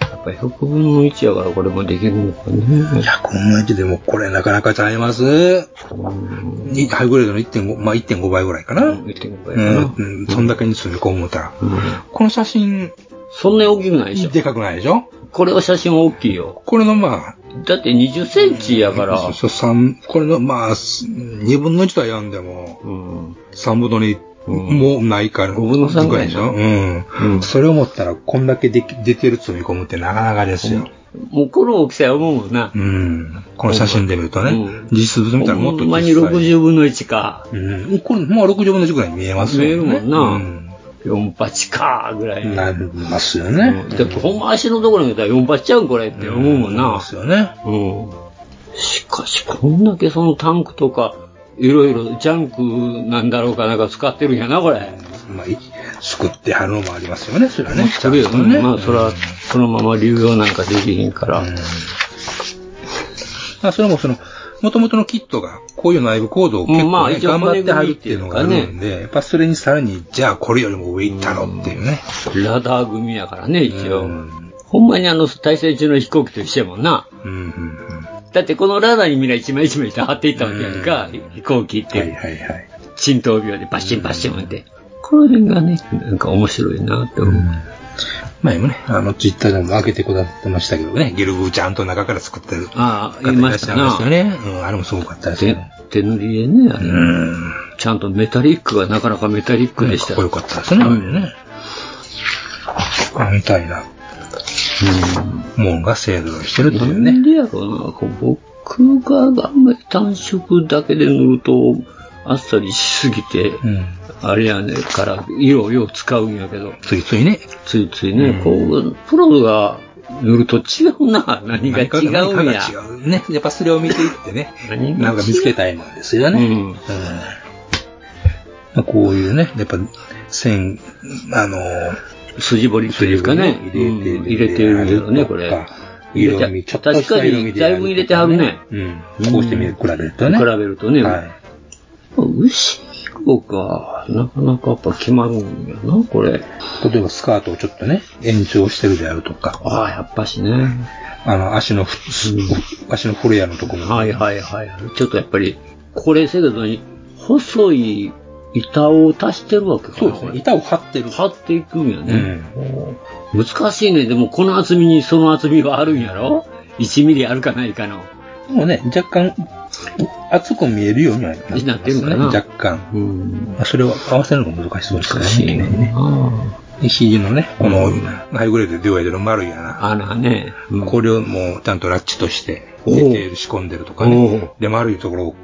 [SPEAKER 7] やっぱ100分の1やからこれもできるのかね
[SPEAKER 8] 100分の1でもこれなかなかちゃいます。にハイグレードの1.5、まあ1.5倍ぐらいかな。
[SPEAKER 7] 1.5倍かな
[SPEAKER 8] うん、うんそんだけに詰め込むたら。この写真、
[SPEAKER 7] そんなに大きくないでしょ
[SPEAKER 8] でかくないでしょ
[SPEAKER 7] これは写真大きいよ。
[SPEAKER 8] これのまあ、
[SPEAKER 7] だって20センチやから、
[SPEAKER 8] そうそう三これのまあ、す2分の1とはやんでも、三3分の2、もうないから、5分の
[SPEAKER 7] 3ぐらい
[SPEAKER 8] でしょうん。それを思ったら、こんだけでき出てる積み込むってなかなかですよ。
[SPEAKER 7] もうこの大きさや思うもんな。
[SPEAKER 8] うん。この写真で見るとね、
[SPEAKER 7] うん
[SPEAKER 8] 実物見たらもっと
[SPEAKER 7] ほん
[SPEAKER 8] 小
[SPEAKER 7] ま
[SPEAKER 8] さ
[SPEAKER 7] に
[SPEAKER 8] い。
[SPEAKER 7] 60分の1か。
[SPEAKER 8] うん。これ、まあ60分の1ぐらいに見えますよ
[SPEAKER 7] 見
[SPEAKER 8] ね。
[SPEAKER 7] えるもんな。
[SPEAKER 8] うん
[SPEAKER 7] 4八か、ぐらい。
[SPEAKER 8] なりますよね。
[SPEAKER 7] だってほんま足のところに見たら4八ちゃうんこれって思うもんな。
[SPEAKER 8] ですよね。
[SPEAKER 7] うん。しかし、こんだけそのタンクとか、いろいろジャンクなんだろうかなんか使ってるんやな、これ。
[SPEAKER 8] まあ、作ってはるのもありますよね、それはね。
[SPEAKER 7] それよ、
[SPEAKER 8] ね
[SPEAKER 7] まあ、それは、そのまま流用なんかできへんから。
[SPEAKER 8] まあ、それもその、元々のキットが、こういう内部コードを結構、ね
[SPEAKER 7] うんまあ一応
[SPEAKER 8] 頑張ってはるっていうのがあるんで、やっぱそれにさらに、じゃあこれよりも上行ったろっていうね。
[SPEAKER 7] ラダー組やからね、一応。ほんまにあの、体制中の飛行機と一緒やもんな。だってこのラダーにみんな一枚一枚貼っていったわけやんか、飛行機って。はい
[SPEAKER 8] はいはい。
[SPEAKER 7] 沈頭病でバッシンバッシンって。これがね、なんか面白いなって思う。
[SPEAKER 8] 前もね、あの、ツイッターでも開けてくださってましたけどね、ゲルブーちゃんと中から作ってる。
[SPEAKER 7] ああ、
[SPEAKER 8] 方
[SPEAKER 7] 言
[SPEAKER 8] い
[SPEAKER 7] い
[SPEAKER 8] ら
[SPEAKER 7] ま
[SPEAKER 8] っ
[SPEAKER 7] し
[SPEAKER 8] しゃ
[SPEAKER 7] た
[SPEAKER 8] いましたよ
[SPEAKER 7] な。
[SPEAKER 8] ね。うん、あれもすごかったですよね。
[SPEAKER 7] 手塗りでね、あれ。ちゃんとメタリックがなかなかメタリックでした。かっこ
[SPEAKER 8] よかったですね、あれね。みたいな。もんが制度をしてるっていうね。
[SPEAKER 7] なんでやろうな、こう僕があんまり単色だけで塗ると、あっさりしすぎて、あれやねから、色をよう使うんやけど。
[SPEAKER 8] ついついね。
[SPEAKER 7] ついついね、こう、プロが塗ると違うな、何が違
[SPEAKER 8] 何か
[SPEAKER 7] うん
[SPEAKER 8] 何
[SPEAKER 7] や。
[SPEAKER 8] かが違うね。やっぱそれを見ていってね
[SPEAKER 7] 何が違、う
[SPEAKER 8] なんか見つけたいもんですよね。うんまあ、こういうね、やっぱ線、あのー、
[SPEAKER 7] 筋彫りっていうかね
[SPEAKER 8] 筋彫りを入れて
[SPEAKER 7] うん入れてるよねこれ
[SPEAKER 8] 色味、ちょっと
[SPEAKER 7] 確
[SPEAKER 8] した
[SPEAKER 7] か
[SPEAKER 8] 色味
[SPEAKER 7] に、
[SPEAKER 8] で
[SPEAKER 7] だ
[SPEAKER 8] や
[SPEAKER 7] い
[SPEAKER 8] るとかね
[SPEAKER 7] ぶ入れてはるね。
[SPEAKER 8] うん。こうしてみる、比べるとね。
[SPEAKER 7] 比べるとね。
[SPEAKER 8] はい
[SPEAKER 7] 牛色が、なかなかやっぱ決まるんやな、これ。
[SPEAKER 8] 例えばスカートをちょっとね、延長してるであるとか。
[SPEAKER 7] ああ、やっぱしね。
[SPEAKER 8] あの、足のふ、足のフレアのとこも。
[SPEAKER 7] はいはいはい。ちょっとやっぱり、これせやけど、細い板を足してるわけかな。そうですね。
[SPEAKER 8] 板を張ってる。
[SPEAKER 7] 張っていくんやね。難しいね。でも、この厚みにその厚みがあるんやろ ?1 ミリあるかないかの。
[SPEAKER 8] もうね、若干、厚く見えるようにはなってますね
[SPEAKER 7] なってるかな
[SPEAKER 8] 若干。まあそれを合わせるのが難しそうですね。難しいね。で肘のね、この、ハイグレードで出る丸い穴。
[SPEAKER 7] 穴ね。
[SPEAKER 8] これをもうちゃんとラッチとして、入れている仕込んでるとかね。で、丸いところを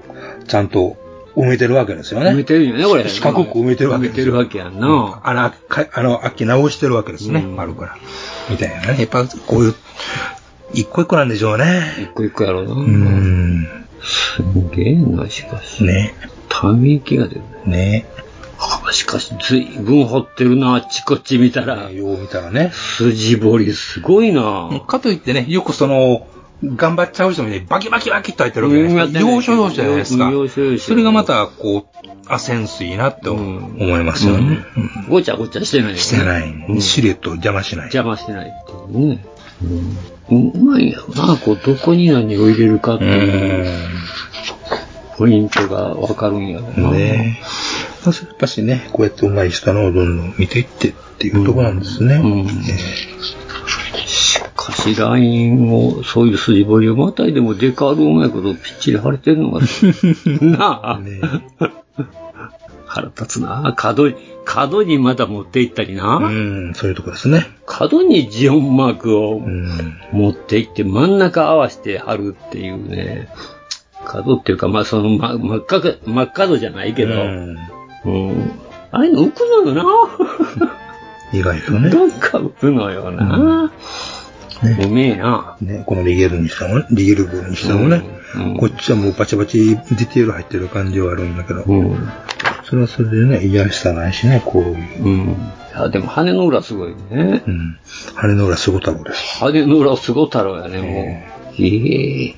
[SPEAKER 8] ちゃんと埋めてるわけですよね。埋
[SPEAKER 7] めてるよね、これ
[SPEAKER 8] 四角く埋めてるわけですよ。埋めてる
[SPEAKER 7] わけやんな。
[SPEAKER 8] 穴、かあの、開き直してるわけですね。丸から。みたいなね。やっぱこういう、一個一個なんでしょうね。
[SPEAKER 7] 一個一個やろうな。
[SPEAKER 8] うん。
[SPEAKER 7] すげえな、しかし。
[SPEAKER 8] ね。
[SPEAKER 7] ため息が出る
[SPEAKER 8] ね。
[SPEAKER 7] あしかし、ずいぶん掘ってるな、あっちこっち見たら。
[SPEAKER 8] よう見たらね。
[SPEAKER 7] 筋彫りすごいな。
[SPEAKER 8] かといってね、よくその、頑張っちゃう人もね、バキバキバキと入ってるわけじゃないですか。
[SPEAKER 7] うんや
[SPEAKER 8] 要
[SPEAKER 7] って
[SPEAKER 8] 所
[SPEAKER 7] ない
[SPEAKER 8] 要所じゃないですか。
[SPEAKER 7] うん要所要所
[SPEAKER 8] それがまた、こう、アセンスいいなって思いますよね。
[SPEAKER 7] ごちゃごちゃしてないよね。
[SPEAKER 8] してない、シルエットを邪魔しない。
[SPEAKER 7] 邪魔してないっていうね。うんうまいやろな、こう、どこに何を入れるかっていう、ポイントがわかるんやろな。
[SPEAKER 8] ねまあやっぱしね、こうやって上手い人のをどんどん見ていってっていうところなんですね。え
[SPEAKER 7] しかし、ラインを、そういう筋彫りをまたいでもデカールうまいことぴっちり貼れてる のが、なあ、腹立つなあ角に、角にまだ持っていったりな。
[SPEAKER 8] うん、そういうとこですね。
[SPEAKER 7] 角にジオンマークを持っていって、真ん中合わせて貼るっていうね。角っていうか、まあ、その、ま、真っ赤か、真っ角じゃないけど、
[SPEAKER 8] うん
[SPEAKER 7] うんああいうの浮くのよな。
[SPEAKER 8] 意外とね。
[SPEAKER 7] なんか浮くのよな。うめえな。
[SPEAKER 8] ね、このリゲルにしてもね、リゲル部にしてもね、こっちはもうバチバチディテール入ってる感じはあるんだけど、それはそれでね、嫌らしさないしね、こういう。
[SPEAKER 7] あでも羽の裏すごいね。
[SPEAKER 8] うん。羽の裏すごたろです。
[SPEAKER 7] 羽の裏すご太郎やね、もう。へえ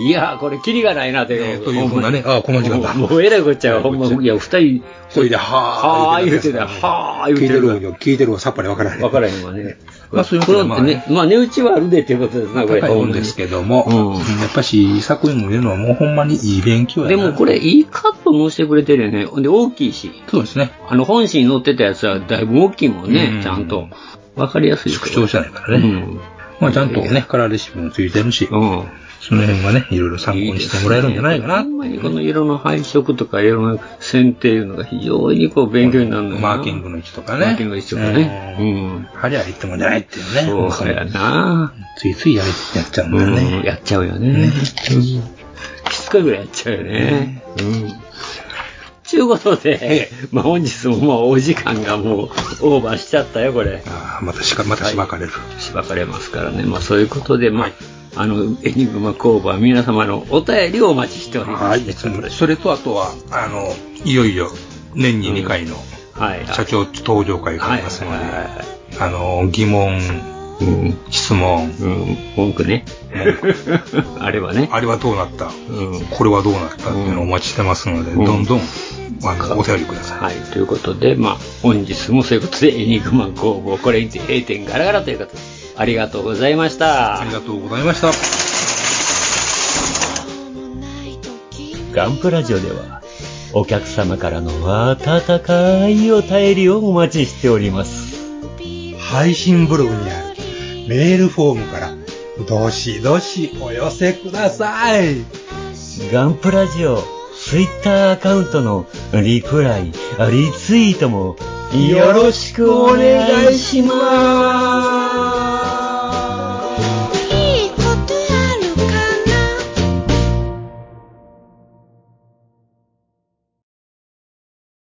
[SPEAKER 7] いやー、これ、キリがないな、という。
[SPEAKER 8] というふうなね、ああ、この時間だ。
[SPEAKER 7] もうえらいこっちゃ、ほんま、いや、二人、
[SPEAKER 8] それで、はあ、
[SPEAKER 7] はー言うてたよ、は
[SPEAKER 8] 聞い
[SPEAKER 7] ー言う
[SPEAKER 8] て
[SPEAKER 7] て
[SPEAKER 8] る
[SPEAKER 7] る
[SPEAKER 8] わよ、聞いてるわ、さっぱりわからへん。
[SPEAKER 7] わからへんわね。
[SPEAKER 8] まあそういうことで
[SPEAKER 7] これってね、まあ、値打ちはあるでっていうことですな、これ。
[SPEAKER 8] 高いもんですけども、やっぱし、作品も入れるのはもうほんまにいい勉強や
[SPEAKER 7] でもこれ、いいカットもしてくれてるよね。ほんで、大きいし。
[SPEAKER 8] そうですね。
[SPEAKER 7] あの、本誌に載ってたやつはだいぶ大きいもんね、ちゃんと。わかりやすい。縮
[SPEAKER 8] 小じゃないからね。まあちゃんとね、カラーレシピもついてるし、その辺はね、いろいろ参考にしてもらえるんじゃないかな。
[SPEAKER 7] この色の配色とか色の線っていうのが非常にこう勉強になるのよな
[SPEAKER 8] マーキングの位置とかね。
[SPEAKER 7] マーキングの位置とかね。うん。
[SPEAKER 8] 張りゃいってもんじゃないっていうね。
[SPEAKER 7] そうやな。
[SPEAKER 8] ついついやりやっちゃうんだよね。
[SPEAKER 7] やっちゃうよね。きつかぐらいやっちゃうよね。うん。ちゅうことで、まあ本日もまあお時間がもうオーバーしちゃったよ、これ。
[SPEAKER 8] ああまたしか、またしばかれる。
[SPEAKER 7] しばかれますからね。まあそういうことで、まあ、あの、エニグマ工房は皆様のお便りをお待ちしております。
[SPEAKER 8] いつもそれとあとは、あの、いよいよ年に2回の社長登場会がありますので、あの、疑問、質問、
[SPEAKER 7] 文句 ね。あれはね。
[SPEAKER 8] あれはどうなった、これはどうなったっていうのをお待ちしてますので、どんどんあのお便りください。
[SPEAKER 7] はい、ということで、まあ本日もそういうことで、エニグマ工房、これにて閉店ガラガラということで、ありがとうございました。
[SPEAKER 8] ありがとうございました。
[SPEAKER 13] ガンプラジオでは、お客様からの温かいお便りをお待ちしております。
[SPEAKER 6] 配信ブログにあるメールフォームから、どしどしお寄せください。
[SPEAKER 13] ガンプラジオ、ツイッターアカウントのリプライ、リツイートもよろしくお願いしま
[SPEAKER 6] し
[SPEAKER 13] す。
[SPEAKER 6] ます。